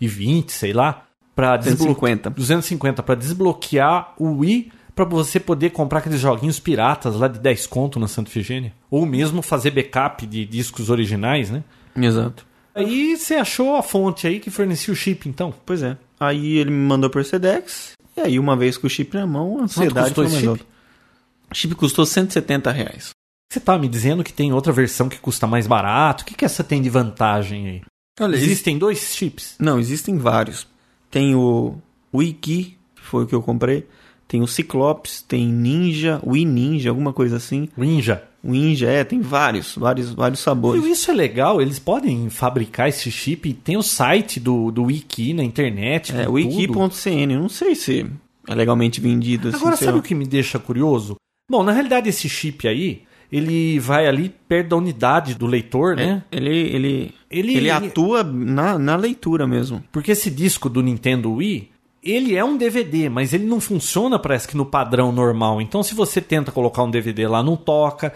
[SPEAKER 1] 220, sei lá, Pra desbloquear
[SPEAKER 2] 150.
[SPEAKER 1] 250 pra desbloquear o Wii pra você poder comprar aqueles joguinhos piratas lá de 10 conto na Santa Ifigênia, ou mesmo fazer backup de discos originais, né?
[SPEAKER 2] Exato.
[SPEAKER 1] Aí você achou a fonte aí que fornecia o chip, então.
[SPEAKER 2] Pois é. Aí ele me mandou por Sedex, e aí uma vez com o chip na mão, a ansiedade
[SPEAKER 1] custou
[SPEAKER 2] foi
[SPEAKER 1] esse
[SPEAKER 2] mais
[SPEAKER 1] chip?
[SPEAKER 2] alta. O chip custou 170 reais.
[SPEAKER 1] Você tá me dizendo que tem outra versão que custa mais barato? O que, que essa tem de vantagem aí?
[SPEAKER 2] Olha,
[SPEAKER 1] Existem dois chips.
[SPEAKER 2] Não, existem vários. Tem o Wiki, que foi o que eu comprei. Tem o Ciclops, tem Ninja, Wii Ninja, alguma coisa assim.
[SPEAKER 1] Ninja.
[SPEAKER 2] O Ninja, é, tem vários, vários, vários sabores.
[SPEAKER 1] E isso é legal, eles podem fabricar esse chip. e Tem o site do, do Wiki na internet.
[SPEAKER 2] É,
[SPEAKER 1] com tudo.
[SPEAKER 2] wiki.cn, não sei se é legalmente vendido assim.
[SPEAKER 1] Agora,
[SPEAKER 2] sei
[SPEAKER 1] sabe
[SPEAKER 2] lá.
[SPEAKER 1] o que me deixa curioso? Bom, na realidade, esse chip aí, ele vai ali perto da unidade do leitor,
[SPEAKER 2] É,
[SPEAKER 1] né?
[SPEAKER 2] Ele, ele,
[SPEAKER 1] Ele-
[SPEAKER 2] ele, atua na, na leitura mesmo.
[SPEAKER 1] Porque esse disco do Nintendo Wii, ele é um DVD, mas ele não funciona, parece que no padrão normal. Então, se você tenta colocar um DVD lá, não toca.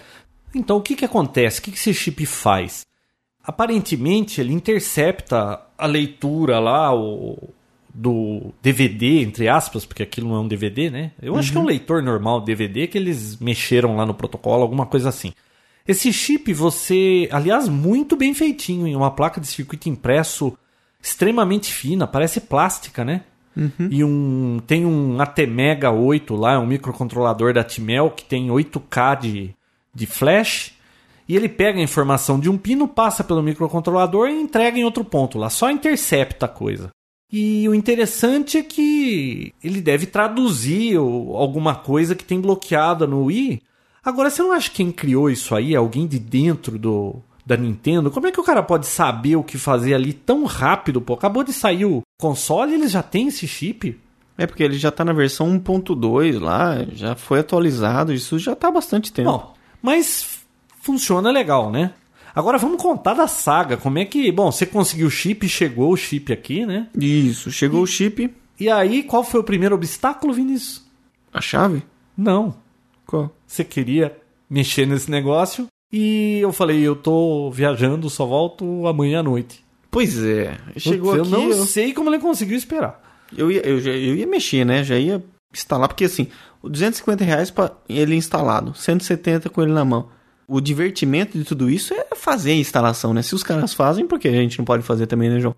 [SPEAKER 1] Então, o que, que acontece? O que, que esse chip faz? Aparentemente, ele intercepta a leitura lá o, do DVD, entre aspas, porque aquilo não é um DVD, né? Eu acho que é um leitor normal DVD que eles mexeram lá no protocolo, alguma coisa assim. Esse chip, você, aliás, muito bem feitinho, em uma placa de circuito impresso extremamente fina, parece plástica, né? E um tem um ATmega 8 lá, é um microcontrolador da Atmel que tem 8K de, de flash. E ele pega a informação de um pino, passa pelo microcontrolador e entrega em outro ponto lá, só intercepta a coisa. E o interessante é que ele deve traduzir o- alguma coisa que tem bloqueada no Wii. Agora, você não acha que quem criou isso aí é alguém de dentro do, da Nintendo? Como é que o cara pode saber o que fazer ali tão rápido, pô? Acabou de sair o console e ele já tem esse chip?
[SPEAKER 2] É porque ele já tá na versão 1.2 lá, já foi atualizado, isso já tá há bastante tempo.
[SPEAKER 1] Bom, mas f- funciona legal, né? Agora vamos contar da saga, como é que... Bom, você conseguiu o chip, chegou o chip aqui, né?
[SPEAKER 2] Isso, chegou o chip,
[SPEAKER 1] E aí, qual foi o primeiro obstáculo, Vinícius?
[SPEAKER 2] a chave?
[SPEAKER 1] Não,
[SPEAKER 2] Qual?
[SPEAKER 1] você queria mexer nesse negócio e eu falei, eu tô viajando, só volto amanhã à noite.
[SPEAKER 2] Pois é, chegou
[SPEAKER 1] eu
[SPEAKER 2] aqui.
[SPEAKER 1] não
[SPEAKER 2] eu-
[SPEAKER 1] sei como ele conseguiu esperar.
[SPEAKER 2] Eu ia, eu, já- eu ia mexer, né? Já ia instalar, porque assim, o 250 reais pra ele instalado, 170 com ele na mão. O divertimento de tudo isso é fazer a instalação, né? Se os caras fazem, por que a gente não pode fazer também, né, João?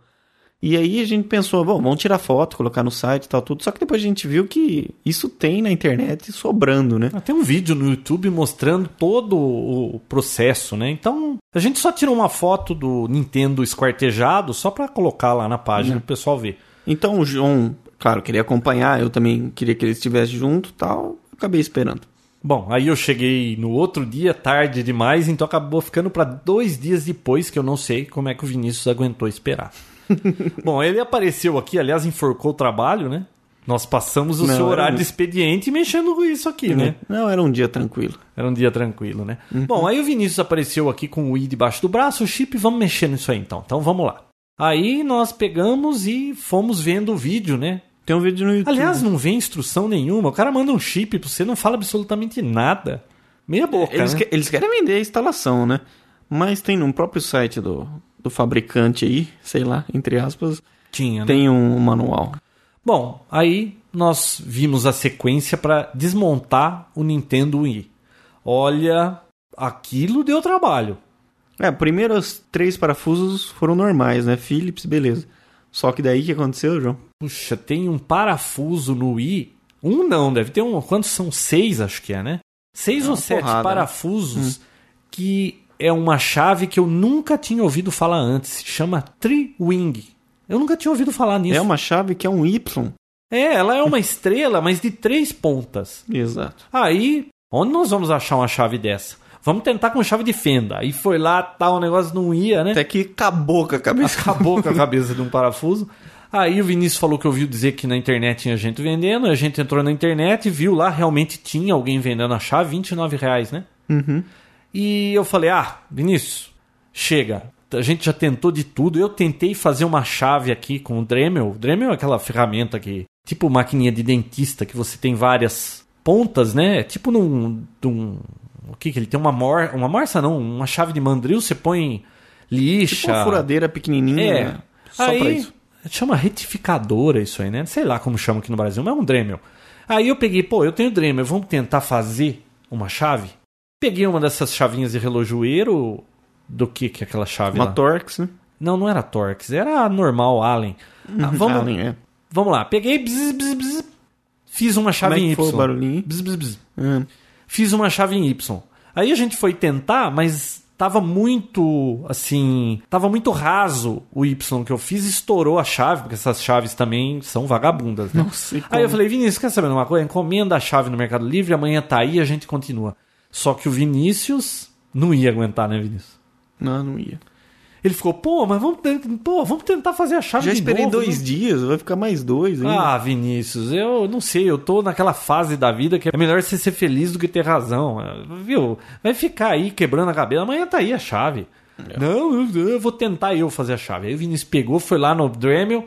[SPEAKER 2] E aí a gente pensou, bom, vamos tirar foto, colocar no site e tal, tudo. Só que depois a gente viu que isso tem na internet sobrando, né?
[SPEAKER 1] Ah, Tem um vídeo no YouTube mostrando todo o processo, né? Então, a gente só tirou uma foto do Nintendo esquartejado só pra colocar lá na página pro pessoal ver.
[SPEAKER 2] Então o João, claro, queria acompanhar, eu também queria que ele estivesse junto e tal. Acabei esperando.
[SPEAKER 1] Bom, aí eu cheguei no outro dia, tarde demais, então acabou ficando para dois dias depois, que eu não sei como é que o Vinícius aguentou
[SPEAKER 2] (laughs)
[SPEAKER 1] esperar. Bom, ele apareceu aqui, aliás, enforcou o trabalho, né? Nós passamos o
[SPEAKER 2] Não,
[SPEAKER 1] seu
[SPEAKER 2] era
[SPEAKER 1] horário de
[SPEAKER 2] muito.
[SPEAKER 1] expediente mexendo com isso aqui, né?
[SPEAKER 2] Não, era um dia tranquilo.
[SPEAKER 1] Era um dia tranquilo, né?
[SPEAKER 2] Uhum.
[SPEAKER 1] Bom, aí o Vinícius apareceu aqui com o i debaixo do braço, o chip, vamos mexer nisso aí então. Então vamos lá. Aí nós pegamos e fomos vendo o vídeo, né?
[SPEAKER 2] Tem um vídeo no YouTube.
[SPEAKER 1] Aliás, não vem instrução nenhuma. O cara manda um chip pra você, não fala absolutamente nada. Meia boca.
[SPEAKER 2] Eles,
[SPEAKER 1] né?
[SPEAKER 2] que- eles querem vender a instalação, né? Mas tem no próprio site do, do fabricante aí, sei lá, entre aspas,
[SPEAKER 1] Tinha, né?
[SPEAKER 2] tem um manual.
[SPEAKER 1] Bom, aí nós vimos a sequência para desmontar o Nintendo Wii. Olha, aquilo deu trabalho.
[SPEAKER 2] É, primeiro os três parafusos foram normais, né? Philips, beleza. Só que daí o que aconteceu, João?
[SPEAKER 1] Puxa, tem um parafuso no Wii. Um não, deve ter um. Quantos são? Seis, acho que é, né? seis
[SPEAKER 2] É uma
[SPEAKER 1] ou sete
[SPEAKER 2] porrada, né?
[SPEAKER 1] parafusos que é uma chave que eu nunca tinha ouvido falar antes. Se chama Tri-Wing. Eu nunca tinha ouvido falar nisso.
[SPEAKER 2] É uma chave que é um Y.
[SPEAKER 1] É, ela é uma estrela, mas de três pontas.
[SPEAKER 2] Exato.
[SPEAKER 1] Aí, onde nós vamos achar uma chave dessa? Vamos tentar com chave de fenda. Aí foi lá, tal, o negócio não ia, né?
[SPEAKER 2] Até que acabou com
[SPEAKER 1] (laughs)
[SPEAKER 2] a cabeça.
[SPEAKER 1] Acabou com a cabeça de um parafuso. Aí o Vinícius falou que ouviu dizer que na internet tinha gente vendendo. A gente entrou na internet e viu lá, realmente tinha alguém vendendo a chave, 29 reais, né?
[SPEAKER 2] Uhum.
[SPEAKER 1] E eu falei, ah, Vinícius, chega. A gente já tentou de tudo. Eu tentei fazer uma chave aqui com o Dremel. O Dremel é aquela ferramenta que... Tipo maquininha de dentista, que você tem várias pontas, né? É tipo num... num- o que que ele tem? Uma, mor, uma morsa, não. Uma chave de mandril, você põe lixa...
[SPEAKER 2] Tipo uma furadeira pequenininha.
[SPEAKER 1] É.
[SPEAKER 2] né? Só
[SPEAKER 1] aí,
[SPEAKER 2] pra isso.
[SPEAKER 1] Chama retificadora isso aí, né? Sei lá como chama aqui no Brasil, mas é um Dremel. Aí eu peguei, pô, eu tenho Dremel, vamos tentar fazer uma chave? Peguei uma dessas chavinhas de relojoeiro. Do que que é aquela chave
[SPEAKER 2] Uma
[SPEAKER 1] lá?
[SPEAKER 2] Torx, né?
[SPEAKER 1] Não, não era Torx, era a normal, Allen. Ah, vamos,
[SPEAKER 2] Allen, é.
[SPEAKER 1] vamos lá, peguei, bzz, bzz, bzz, fiz uma chave
[SPEAKER 2] Como
[SPEAKER 1] em
[SPEAKER 2] é que foi o
[SPEAKER 1] Y.
[SPEAKER 2] barulhinho?
[SPEAKER 1] Bzz, bzz, bzz
[SPEAKER 2] Ah,
[SPEAKER 1] fiz uma chave em Y. Aí a gente foi tentar, mas tava muito, assim, tava muito raso o Y que eu fiz, estourou a chave, porque essas chaves também são vagabundas, né?
[SPEAKER 2] Não sei como.
[SPEAKER 1] Aí eu falei, Vinícius, quer saber de uma coisa? Encomenda a chave no Mercado Livre, amanhã tá aí, a gente continua. Só que o Vinícius não ia aguentar, né, Vinícius?
[SPEAKER 2] Não, não ia.
[SPEAKER 1] Ele ficou, pô, mas vamos, ten- pô, vamos tentar fazer a chave
[SPEAKER 2] Já
[SPEAKER 1] de
[SPEAKER 2] esperei
[SPEAKER 1] novo,
[SPEAKER 2] dois
[SPEAKER 1] né?
[SPEAKER 2] dias, vai ficar mais dois ainda.
[SPEAKER 1] Ah, Vinícius, eu não sei, eu tô naquela fase da vida que é melhor você ser feliz do que ter razão, viu? Vai ficar aí quebrando a cabeça, amanhã tá aí a chave.
[SPEAKER 2] É.
[SPEAKER 1] Não, eu, eu vou tentar eu fazer a chave. Aí o Vinícius pegou, foi lá no Dremel.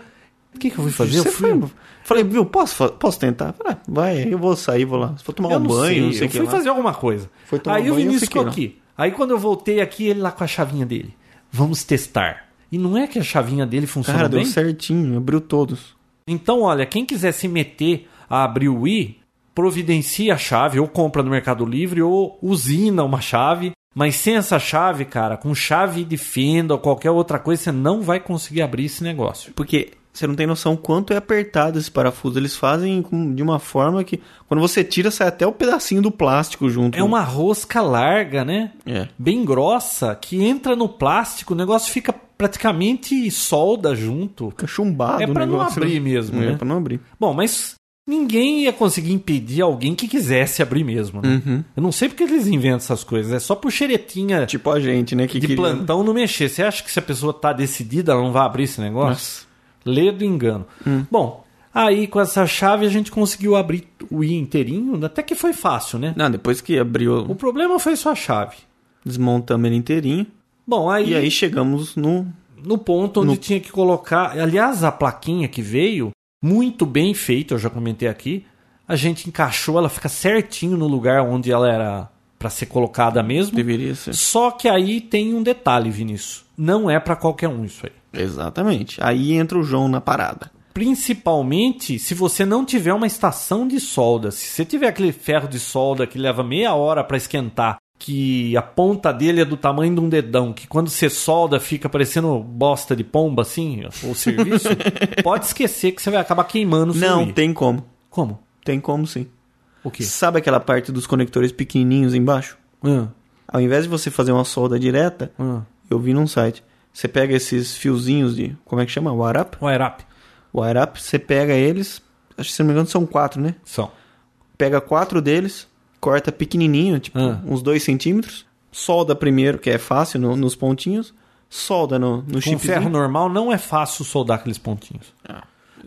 [SPEAKER 1] O que, que eu fui fazer?
[SPEAKER 2] Você
[SPEAKER 1] eu fui, um
[SPEAKER 2] foi- é Falei, viu, posso, fa- posso tentar? Falei, ah, vai, eu vou sair, vou lá. Se for tomar
[SPEAKER 1] eu
[SPEAKER 2] um
[SPEAKER 1] não
[SPEAKER 2] banho,
[SPEAKER 1] sei,
[SPEAKER 2] não sei o
[SPEAKER 1] eu
[SPEAKER 2] que
[SPEAKER 1] fui
[SPEAKER 2] lá.
[SPEAKER 1] fazer alguma coisa.
[SPEAKER 2] Foi tomar um
[SPEAKER 1] aí
[SPEAKER 2] banho,
[SPEAKER 1] o Vinícius
[SPEAKER 2] eu
[SPEAKER 1] ficou
[SPEAKER 2] fiquei
[SPEAKER 1] aqui. Aí quando eu voltei aqui, ele lá com a chavinha dele. Vamos testar. E não é que a chavinha dele funciona
[SPEAKER 2] Cara,
[SPEAKER 1] bem?
[SPEAKER 2] deu certinho, abriu todos.
[SPEAKER 1] Então, olha, quem quiser se meter a abrir o Wii, providencia a chave, ou compra no Mercado Livre, ou usina uma chave. Mas sem essa chave, cara, com chave de fenda ou qualquer outra coisa, você não vai conseguir abrir esse negócio.
[SPEAKER 2] Porque você não tem noção quanto é apertado esse parafuso. Eles fazem com- de uma forma que quando você tira, sai até o pedacinho do plástico junto.
[SPEAKER 1] É uma rosca larga, né?
[SPEAKER 2] É.
[SPEAKER 1] Bem grossa, que entra no plástico, o negócio fica praticamente solda junto.
[SPEAKER 2] Fica chumbado
[SPEAKER 1] É
[SPEAKER 2] o
[SPEAKER 1] pra não
[SPEAKER 2] negócio,
[SPEAKER 1] abrir
[SPEAKER 2] né?
[SPEAKER 1] mesmo,
[SPEAKER 2] É
[SPEAKER 1] né?
[SPEAKER 2] pra não abrir.
[SPEAKER 1] Bom, mas ninguém ia conseguir impedir alguém que quisesse abrir mesmo, né?
[SPEAKER 2] Uhum.
[SPEAKER 1] Eu não sei porque eles inventam essas coisas, é só por xeretinha
[SPEAKER 2] Tipo a gente, né? Que
[SPEAKER 1] de
[SPEAKER 2] queria-
[SPEAKER 1] plantão não mexer. Você acha que se a pessoa tá decidida, ela não vai abrir esse negócio?
[SPEAKER 2] Nossa. Hum.
[SPEAKER 1] Lê do engano. Bom, aí com essa chave a gente conseguiu abrir o i inteirinho, até que foi fácil, né?
[SPEAKER 2] Não, depois que
[SPEAKER 1] O
[SPEAKER 2] abriu,
[SPEAKER 1] problema foi só a chave.
[SPEAKER 2] desmontamos ele inteirinho.
[SPEAKER 1] Bom, aí,
[SPEAKER 2] E aí chegamos no.
[SPEAKER 1] no ponto onde
[SPEAKER 2] No-
[SPEAKER 1] tinha que colocar. Aliás, a plaquinha que veio, muito bem feita, eu já comentei aqui. A gente encaixou, ela fica certinho no lugar onde ela era para ser colocada mesmo.
[SPEAKER 2] Deveria ser.
[SPEAKER 1] Só que aí tem um detalhe, Vinícius. Não é para qualquer um isso aí.
[SPEAKER 2] Exatamente. Aí entra o João na parada.
[SPEAKER 1] Principalmente se você não tiver uma estação de solda. Se você tiver aquele ferro de solda que leva meia hora para esquentar, que a ponta dele é do tamanho de um dedão, que quando você solda fica parecendo bosta de pomba, assim, o
[SPEAKER 2] (laughs)
[SPEAKER 1] serviço, pode esquecer que você vai acabar queimando o seu
[SPEAKER 2] Não,
[SPEAKER 1] i.
[SPEAKER 2] tem como.
[SPEAKER 1] Como?
[SPEAKER 2] Tem como sim.
[SPEAKER 1] O quê?
[SPEAKER 2] Sabe aquela parte dos conectores pequenininhos embaixo?
[SPEAKER 1] Hã?
[SPEAKER 2] Ao invés de você fazer uma solda direta,
[SPEAKER 1] Hã?
[SPEAKER 2] eu vi num site. Você pega esses fiozinhos de. Como é que chama? Wire up?
[SPEAKER 1] Wire up.
[SPEAKER 2] Wire up, você pega eles. Acho que se não me engano são quatro, né?
[SPEAKER 1] São.
[SPEAKER 2] Pega quatro deles, corta pequenininho, tipo
[SPEAKER 1] Ah.
[SPEAKER 2] uns dois centímetros. Solda primeiro, que é fácil, no- nos pontinhos. Solda no, no
[SPEAKER 1] Com
[SPEAKER 2] chipzinho.
[SPEAKER 1] ferro normal não é fácil soldar aqueles pontinhos.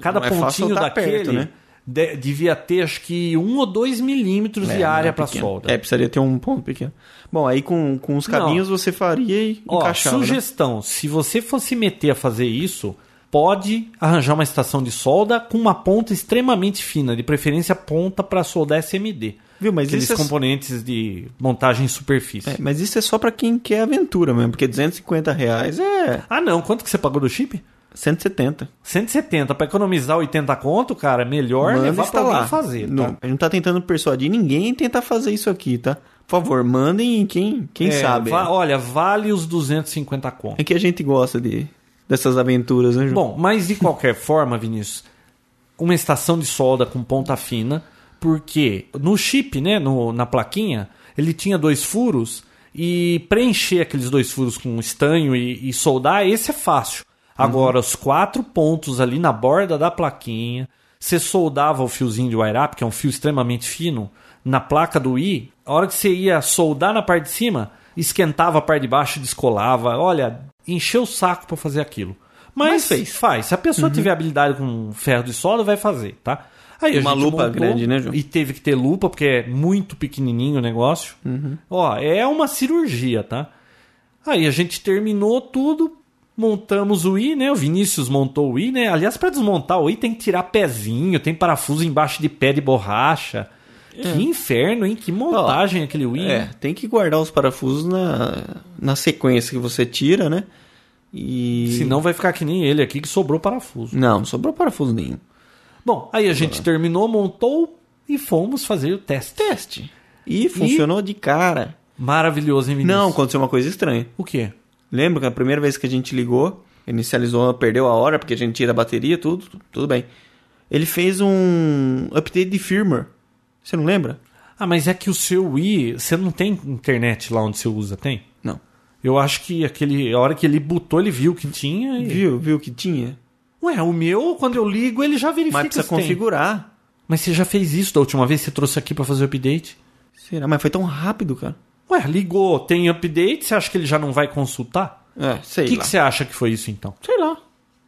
[SPEAKER 1] Cada
[SPEAKER 2] Não é fácil
[SPEAKER 1] pontinho
[SPEAKER 2] soltar
[SPEAKER 1] daquele
[SPEAKER 2] perto, né?
[SPEAKER 1] de- devia ter acho que um ou dois milímetros
[SPEAKER 2] É,
[SPEAKER 1] de
[SPEAKER 2] não é
[SPEAKER 1] área pra
[SPEAKER 2] pequeno.
[SPEAKER 1] solda.
[SPEAKER 2] É, precisaria ter um ponto pequeno. Bom, aí com, com os cabinhos você faria e
[SPEAKER 1] Ó,
[SPEAKER 2] encaixava. né?
[SPEAKER 1] sugestão, se você for se meter a fazer isso, pode arranjar uma estação de solda com uma ponta extremamente fina, de preferência ponta para soldar SMD.
[SPEAKER 2] Viu, mas
[SPEAKER 1] Aqueles
[SPEAKER 2] isso é-
[SPEAKER 1] componentes de montagem em superfície.
[SPEAKER 2] É, mas isso é só pra quem quer aventura mesmo, porque 250 reais é
[SPEAKER 1] Ah não, quanto que você pagou do chip?
[SPEAKER 2] 170.
[SPEAKER 1] 170, para economizar 80 conto, cara, melhor
[SPEAKER 2] Manda
[SPEAKER 1] levar pra
[SPEAKER 2] instalar.
[SPEAKER 1] alguém fazer. tá?
[SPEAKER 2] Não, A gente não tá tentando persuadir ninguém a tentar fazer isso aqui, tá? Por favor, mandem em quem, quem
[SPEAKER 1] É,
[SPEAKER 2] sabe.
[SPEAKER 1] va- olha, vale os 250 conto.
[SPEAKER 2] É que a gente gosta de, dessas aventuras, né, João?
[SPEAKER 1] (laughs) Bom, mas de qualquer forma, Vinícius, uma estação de solda com ponta fina Porque no chip, né, no, na plaquinha, ele tinha dois furos e preencher aqueles dois furos com estanho e, e soldar, esse é fácil. Agora, os quatro pontos ali na borda da plaquinha, você soldava o fiozinho de wire up, que é um fio extremamente fino, na placa do I, a hora que você ia soldar na parte de cima, esquentava a parte de baixo, descolava. Olha, encheu o saco para fazer aquilo. Mas,
[SPEAKER 2] Mas fez. Uhum.
[SPEAKER 1] faz. Se a pessoa tiver habilidade com ferro de solda, vai fazer, tá? Aí a
[SPEAKER 2] Uma
[SPEAKER 1] gente
[SPEAKER 2] lupa grande, né, João?
[SPEAKER 1] E teve que ter lupa, porque é muito pequenininho o negócio.
[SPEAKER 2] Uhum.
[SPEAKER 1] Ó, é uma cirurgia, tá? Aí a gente terminou tudo, montamos o I, né? O Vinícius montou o I, né? Aliás, para desmontar o I tem que tirar pezinho, tem parafuso embaixo de pé de borracha. Que inferno, hein? Que montagem aquele Wii.
[SPEAKER 2] É, tem que guardar os parafusos na, na sequência que você tira, né? E.
[SPEAKER 1] Senão vai ficar que nem ele aqui que sobrou parafuso.
[SPEAKER 2] Não, não sobrou parafuso nenhum.
[SPEAKER 1] Bom, aí a gente terminou, montou e fomos fazer o teste.
[SPEAKER 2] Teste. E funcionou de cara.
[SPEAKER 1] Maravilhoso, hein, Vinícius?
[SPEAKER 2] Não, aconteceu uma coisa estranha.
[SPEAKER 1] O quê?
[SPEAKER 2] Lembra que a primeira vez que a gente ligou, inicializou, perdeu a hora, porque a gente tira a bateria, tudo, tudo bem. Ele fez um update de firmware. Você não lembra?
[SPEAKER 1] Ah, mas é que o seu Wii, você não tem internet lá onde você usa, tem?
[SPEAKER 2] Não.
[SPEAKER 1] Eu acho que aquele, a hora que ele botou, ele viu que tinha e...
[SPEAKER 2] Viu, viu que tinha?
[SPEAKER 1] Ué, o meu, quando eu ligo, ele já verifica
[SPEAKER 2] Mas precisa
[SPEAKER 1] se tem.
[SPEAKER 2] configurar.
[SPEAKER 1] Mas você já fez isso da última vez? Você trouxe aqui pra fazer o update?
[SPEAKER 2] Será? Mas foi tão rápido, cara.
[SPEAKER 1] Ué, ligou, tem update, você acha que ele já não vai consultar?
[SPEAKER 2] É, sei
[SPEAKER 1] O que,
[SPEAKER 2] lá.
[SPEAKER 1] que você acha que foi isso então?
[SPEAKER 2] Sei lá.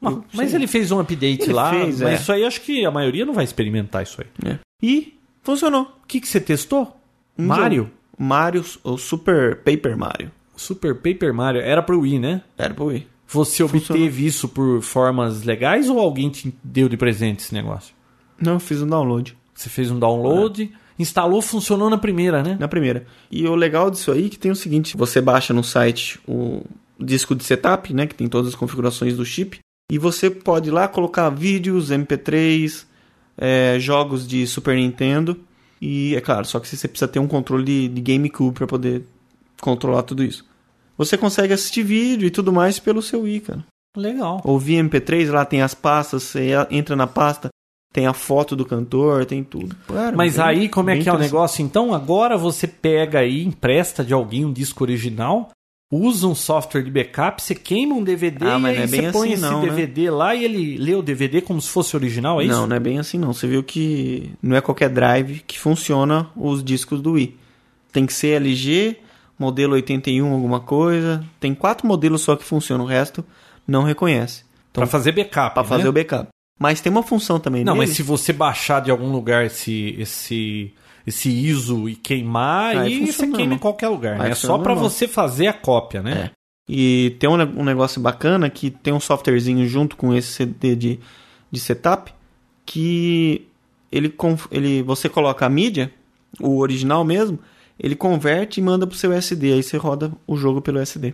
[SPEAKER 1] Não, mas ele fez um update
[SPEAKER 2] Ele
[SPEAKER 1] lá,
[SPEAKER 2] fez,
[SPEAKER 1] mas
[SPEAKER 2] é.
[SPEAKER 1] isso aí acho que a maioria não vai experimentar isso aí.
[SPEAKER 2] É.
[SPEAKER 1] E
[SPEAKER 2] Funcionou.
[SPEAKER 1] o que, que você testou?
[SPEAKER 2] Um
[SPEAKER 1] Mario?
[SPEAKER 2] jogo. Mario, ou Super Paper Mario.
[SPEAKER 1] Super Paper Mario. Era pro Wii, né?
[SPEAKER 2] Era pra Wii.
[SPEAKER 1] Você obteve isso por formas legais ou alguém te deu de presente esse negócio?
[SPEAKER 2] Não, eu fiz um download.
[SPEAKER 1] Você fez um download,
[SPEAKER 2] É.
[SPEAKER 1] instalou, funcionou na primeira, né?
[SPEAKER 2] Na primeira. E o legal disso aí é que tem o seguinte: você baixa no site o disco de setup, né? Que tem todas as configurações do chip. E você pode ir lá colocar vídeos, MP3, eh, jogos de Super Nintendo. E é claro, só que você precisa ter um controle de, de GameCube para poder controlar tudo isso. Você consegue assistir vídeo e tudo mais pelo seu Wii, cara.
[SPEAKER 1] Legal.
[SPEAKER 2] Ouvir MP3, lá tem as pastas, você entra na pasta, tem a foto do cantor, tem tudo. Cara,
[SPEAKER 1] Mas
[SPEAKER 2] bem-
[SPEAKER 1] aí, como é
[SPEAKER 2] bem
[SPEAKER 1] que é o
[SPEAKER 2] interessante.
[SPEAKER 1] negócio? Então, agora você pega aí, empresta de alguém um disco original, usa um software de backup, você queima um DVD
[SPEAKER 2] Ah,
[SPEAKER 1] e
[SPEAKER 2] mas
[SPEAKER 1] aí
[SPEAKER 2] não é
[SPEAKER 1] você
[SPEAKER 2] bem
[SPEAKER 1] põe
[SPEAKER 2] assim
[SPEAKER 1] esse
[SPEAKER 2] não, né?
[SPEAKER 1] DVD lá e ele lê o DVD como se fosse original, é
[SPEAKER 2] não,
[SPEAKER 1] isso?
[SPEAKER 2] não é bem assim não. Você viu que não é qualquer drive que funciona os discos do Wii. Tem que ser LG, modelo 81 alguma coisa. Tem quatro modelos só que funcionam, o resto não reconhece.
[SPEAKER 1] Pra fazer backup,
[SPEAKER 2] então Pra fazer
[SPEAKER 1] né?
[SPEAKER 2] o backup. Mas tem uma função também
[SPEAKER 1] Não,
[SPEAKER 2] nele.
[SPEAKER 1] mas se você baixar de algum lugar esse esse esse ISO e queimar,
[SPEAKER 2] Aí
[SPEAKER 1] aí você
[SPEAKER 2] funciona,
[SPEAKER 1] queima em
[SPEAKER 2] né?
[SPEAKER 1] qualquer lugar,
[SPEAKER 2] Aí
[SPEAKER 1] né? É
[SPEAKER 2] funciona
[SPEAKER 1] só pra
[SPEAKER 2] normal. É.
[SPEAKER 1] você fazer a cópia, né?
[SPEAKER 2] E tem um, ne- um negócio bacana que tem um softwarezinho junto com esse CD de, de setup que ele, conf- ele você coloca a mídia, o original mesmo, ele converte e manda pro seu SD, aí você roda o jogo pelo SD.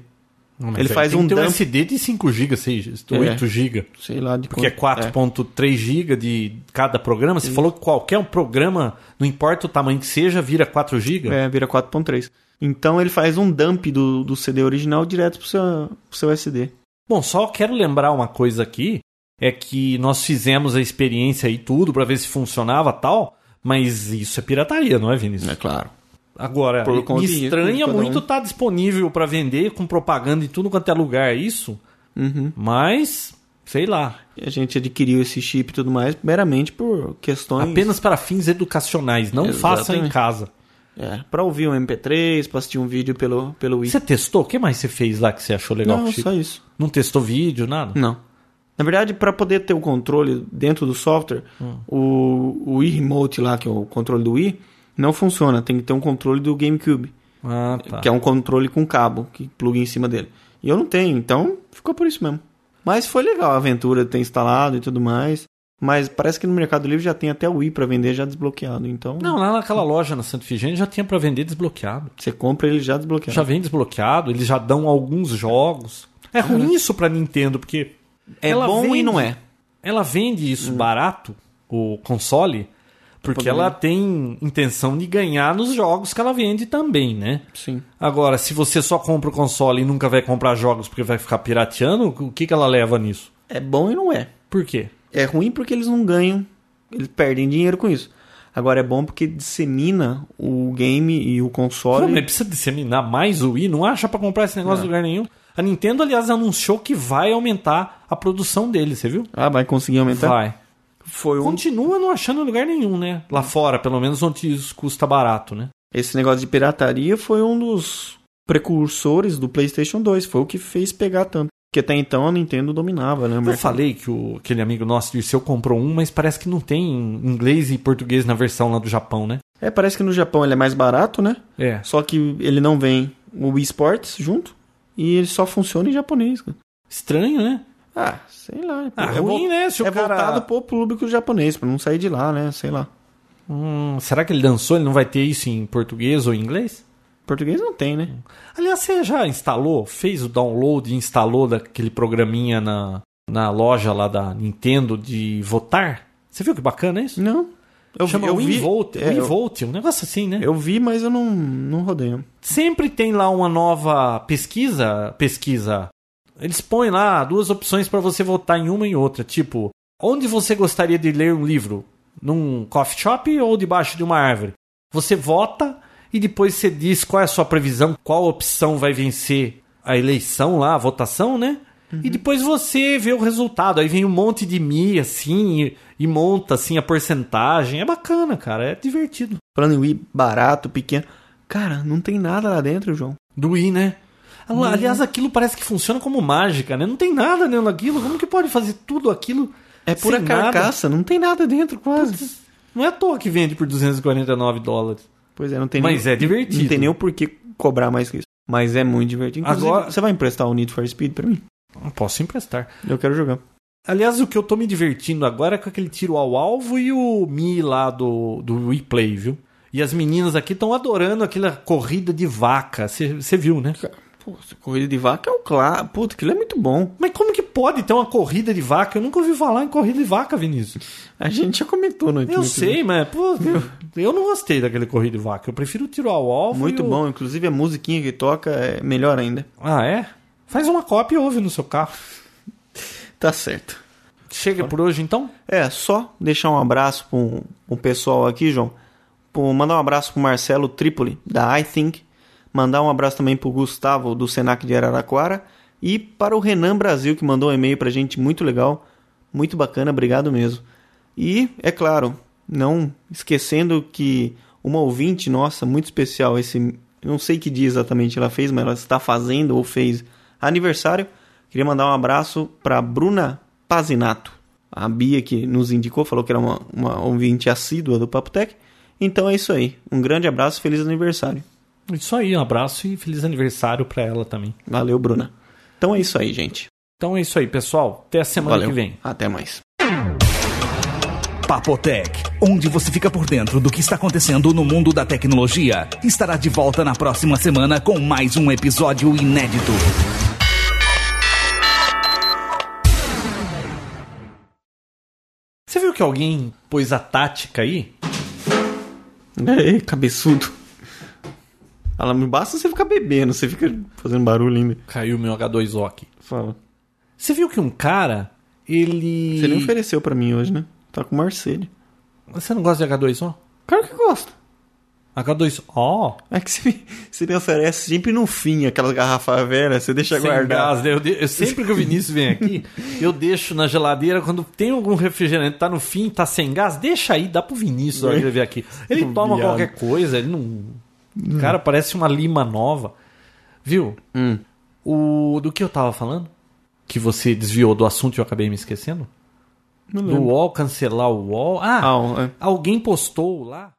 [SPEAKER 1] Não, mas
[SPEAKER 2] Ele
[SPEAKER 1] aí
[SPEAKER 2] faz
[SPEAKER 1] tem
[SPEAKER 2] um
[SPEAKER 1] que ter
[SPEAKER 2] dump- É.
[SPEAKER 1] SD de 5 GB, 6, 8 GB.
[SPEAKER 2] Sei lá de
[SPEAKER 1] Porque é
[SPEAKER 2] quanto-
[SPEAKER 1] 4.3 GB de cada programa. Você falou que qualquer um programa, não importa o tamanho que seja, vira 4 GB.
[SPEAKER 2] É, vira 4.3. Então ele faz um dump do, do CD original direto pro seu, pro seu SD.
[SPEAKER 1] Bom, só quero lembrar uma coisa aqui, é que nós fizemos a experiência e tudo pra ver se funcionava tal, mas isso é pirataria, não é, Vinícius?
[SPEAKER 2] claro.
[SPEAKER 1] Agora,
[SPEAKER 2] Por conta
[SPEAKER 1] me
[SPEAKER 2] disso,
[SPEAKER 1] estranha
[SPEAKER 2] cada um.
[SPEAKER 1] muito estar disponível pra vender com propaganda em tudo quanto é lugar, isso.
[SPEAKER 2] Uhum.
[SPEAKER 1] Mas, sei lá,
[SPEAKER 2] A gente adquiriu esse chip e tudo mais meramente por questões...
[SPEAKER 1] apenas para fins educacionais, não faça em
[SPEAKER 2] Exatamente.
[SPEAKER 1] casa.
[SPEAKER 2] É, pra ouvir um MP3, pra assistir um vídeo pelo, pelo Wii.
[SPEAKER 1] Você testou? O que mais você fez lá que você achou legal?
[SPEAKER 2] Não,
[SPEAKER 1] que
[SPEAKER 2] só isso. Hum.
[SPEAKER 1] Não testou vídeo, nada?
[SPEAKER 2] Não. Na verdade, para poder ter o controle dentro do software,
[SPEAKER 1] Hum.
[SPEAKER 2] o, o Wii Remote lá, que é o controle do Wii, não funciona. Tem que ter um controle do GameCube,
[SPEAKER 1] Ah, tá.
[SPEAKER 2] que é um controle com cabo que pluga em cima dele. E eu não tenho, então ficou por isso mesmo. Mas foi legal a aventura de ter instalado e tudo mais. Mas parece que no Mercado Livre já tem até o Wii para vender já desbloqueado. Então
[SPEAKER 1] Não, lá naquela loja na Santo Figênio já tinha pra vender desbloqueado.
[SPEAKER 2] você compra ele já desbloqueado.
[SPEAKER 1] Já vem desbloqueado, eles já dão alguns jogos. É ruim isso pra Nintendo, porque
[SPEAKER 2] Uhum. É
[SPEAKER 1] ela
[SPEAKER 2] bom
[SPEAKER 1] vende-
[SPEAKER 2] e não é.
[SPEAKER 1] Ela vende isso
[SPEAKER 2] Hum.
[SPEAKER 1] barato, o console, porque
[SPEAKER 2] poder
[SPEAKER 1] ela
[SPEAKER 2] vender.
[SPEAKER 1] tem intenção de ganhar nos jogos que ela vende também, né?
[SPEAKER 2] Sim.
[SPEAKER 1] Agora, se você só compra o console e nunca vai comprar jogos porque vai ficar pirateando, o que, que ela leva nisso?
[SPEAKER 2] É bom e não é.
[SPEAKER 1] Por quê?
[SPEAKER 2] É ruim porque eles não ganham, eles perdem dinheiro com isso. Agora é bom porque dissemina o game e o
[SPEAKER 1] Pô,
[SPEAKER 2] console.
[SPEAKER 1] mas precisa disseminar mais o Wii, não acha pra comprar esse
[SPEAKER 2] É.
[SPEAKER 1] negócio em lugar nenhum. A Nintendo, aliás, anunciou que vai aumentar a produção dele, você viu?
[SPEAKER 2] Ah, vai conseguir aumentar?
[SPEAKER 1] Vai.
[SPEAKER 2] Foi um...
[SPEAKER 1] Continua não achando em lugar nenhum, né?
[SPEAKER 2] Hum.
[SPEAKER 1] Lá fora, pelo menos onde isso custa barato, né?
[SPEAKER 2] Esse negócio de pirataria foi um dos precursores do PlayStation 2. Foi o que fez pegar tanto. Porque até então a Nintendo dominava, né? o
[SPEAKER 1] Eu
[SPEAKER 2] mercado.
[SPEAKER 1] falei que o, aquele amigo nosso Dirceu comprou um, mas parece que não tem inglês e português na versão lá do Japão, né?
[SPEAKER 2] É, parece que no Japão ele é mais barato, né?
[SPEAKER 1] É.
[SPEAKER 2] Só que ele não vem o Wii Sports junto e ele só funciona em japonês. cara.
[SPEAKER 1] Estranho, né?
[SPEAKER 2] Ah, sei lá.
[SPEAKER 1] Ah,
[SPEAKER 2] é
[SPEAKER 1] ruim,
[SPEAKER 2] vo-
[SPEAKER 1] né? Se o
[SPEAKER 2] é
[SPEAKER 1] cara...
[SPEAKER 2] voltado pro público japonês, pra não sair de lá, né? Sei lá.
[SPEAKER 1] Hum, será que ele dançou? Ele não vai ter isso em português ou em inglês?
[SPEAKER 2] Português não tem, né?
[SPEAKER 1] Aliás, você já instalou, fez o download e instalou daquele programinha na, na loja lá da Nintendo de votar? Você viu que bacana isso?
[SPEAKER 2] Não. Eu, vi-
[SPEAKER 1] Chama
[SPEAKER 2] eu vi,
[SPEAKER 1] WeVote,
[SPEAKER 2] é, eu,
[SPEAKER 1] WeVote, um negócio assim, né?
[SPEAKER 2] eu vi, mas eu não, não rodei.
[SPEAKER 1] Sempre tem lá uma nova pesquisa, pesquisa. Eles põem lá duas opções para você votar em uma e em outra, tipo, onde você gostaria de ler um livro? Num coffee shop ou debaixo de uma árvore? Você vota e depois você diz qual é a sua previsão, qual opção vai vencer a eleição lá, a votação, né? E depois você vê o resultado. Aí vem um monte de mi, assim, e, e monta, assim, a porcentagem. É bacana, cara. É divertido.
[SPEAKER 2] Falando em Wii barato, pequeno. Cara, não tem nada lá dentro, João.
[SPEAKER 1] Do Wii, né? Ah, lá, Aliás, aquilo parece que funciona como mágica, né? Não tem nada dentro daquilo. Como que pode fazer tudo aquilo?
[SPEAKER 2] É pura
[SPEAKER 1] sem nada?
[SPEAKER 2] carcaça, não tem nada dentro quase.
[SPEAKER 1] Não é à toa que vende por 249 dólares.
[SPEAKER 2] Pois é, não tem
[SPEAKER 1] Mas
[SPEAKER 2] nem,
[SPEAKER 1] é divertido.
[SPEAKER 2] Não tem nem o porquê cobrar mais que isso. Mas é muito divertido. Inclusive,
[SPEAKER 1] Agora-
[SPEAKER 2] Você vai emprestar o Need for Speed pra mim?
[SPEAKER 1] Não Posso emprestar.
[SPEAKER 2] Eu quero jogar.
[SPEAKER 1] Aliás, o que eu tô me divertindo agora é com aquele tiro ao alvo e o Mi lá do, do Wii Play, viu? E as meninas aqui estão adorando aquela corrida de vaca. Você viu, né?
[SPEAKER 2] Pô, essa corrida de vaca é o claro. Puta, aquilo é muito bom.
[SPEAKER 1] Mas como que pode ter uma corrida de vaca? Eu nunca ouvi falar em corrida de vaca, Vinícius.
[SPEAKER 2] A gente já comentou no né?
[SPEAKER 1] Eu
[SPEAKER 2] no-
[SPEAKER 1] sei, mas pô, eu, eu não gostei daquele corrido de vaca. Eu prefiro o tiro ao alvo.
[SPEAKER 2] Muito
[SPEAKER 1] e o-
[SPEAKER 2] bom. Inclusive, a musiquinha que toca é melhor ainda.
[SPEAKER 1] Ah, é? Faz uma cópia e ouve no seu carro.
[SPEAKER 2] Tá certo.
[SPEAKER 1] Chega por hoje, então?
[SPEAKER 2] É, só deixar um abraço pro, pro pessoal aqui, João. Pro, mandar um abraço pro Marcelo Tripoli, da I Think. Mandar um abraço também pro Gustavo, do Senac de Araraquara. E para o Renan Brasil, que mandou um e-mail pra gente muito legal. Muito bacana, obrigado mesmo. E, é claro, não esquecendo que uma ouvinte nossa, muito especial, esse. eu Não sei que dia exatamente ela fez, mas ela está fazendo ou fez aniversário. Queria mandar um abraço para Bruna Pazinato. A Bia que nos indicou, falou que era uma, uma ouvinte assídua do Papo Tech. Então é isso aí. Um grande abraço, feliz aniversário.
[SPEAKER 1] Isso aí, um abraço e feliz aniversário pra ela também.
[SPEAKER 2] Valeu, Bruna. Então é isso aí, gente.
[SPEAKER 1] Então é isso aí, pessoal. Até a semana
[SPEAKER 2] Valeu.
[SPEAKER 1] que vem.
[SPEAKER 2] Até mais. (laughs)
[SPEAKER 3] Papotec, onde você fica por dentro do que está acontecendo no mundo da tecnologia, estará de volta na próxima semana com mais um episódio inédito.
[SPEAKER 1] Você viu que alguém pôs a tática aí?
[SPEAKER 2] Ei, cabeçudo. Ela não basta você ficar bebendo, você fica fazendo barulho ainda.
[SPEAKER 1] Caiu meu H2O aqui.
[SPEAKER 2] Fala.
[SPEAKER 1] Você viu que um cara, ele.
[SPEAKER 2] Você nem ofereceu pra mim hoje, né? Tá com o Marcelo.
[SPEAKER 1] Você não gosta de H2O?
[SPEAKER 2] Claro que gosta.
[SPEAKER 1] H2O?
[SPEAKER 2] É que você (laughs) me, você me oferece sempre no fim aquelas garrafas velhas, você deixa
[SPEAKER 1] Sem
[SPEAKER 2] guardar.
[SPEAKER 1] gás, né? eu, de- eu sempre que o Vinícius vem aqui,
[SPEAKER 2] (laughs)
[SPEAKER 1] eu deixo na geladeira. Quando tem algum refrigerante, tá no fim, tá sem gás, deixa aí, dá pro Vinícius a hora que ele vier aqui.
[SPEAKER 2] (laughs)
[SPEAKER 1] Ele toma
[SPEAKER 2] Viado.
[SPEAKER 1] qualquer coisa, ele não. Cara, parece uma lima nova. Viu?
[SPEAKER 2] Hum.
[SPEAKER 1] O do que eu tava falando? Que você desviou do assunto e eu acabei me esquecendo?
[SPEAKER 2] Não
[SPEAKER 1] Do
[SPEAKER 2] lembro.
[SPEAKER 1] UOL cancelar o UOL. Ah,
[SPEAKER 2] Ah, é.
[SPEAKER 1] alguém postou lá.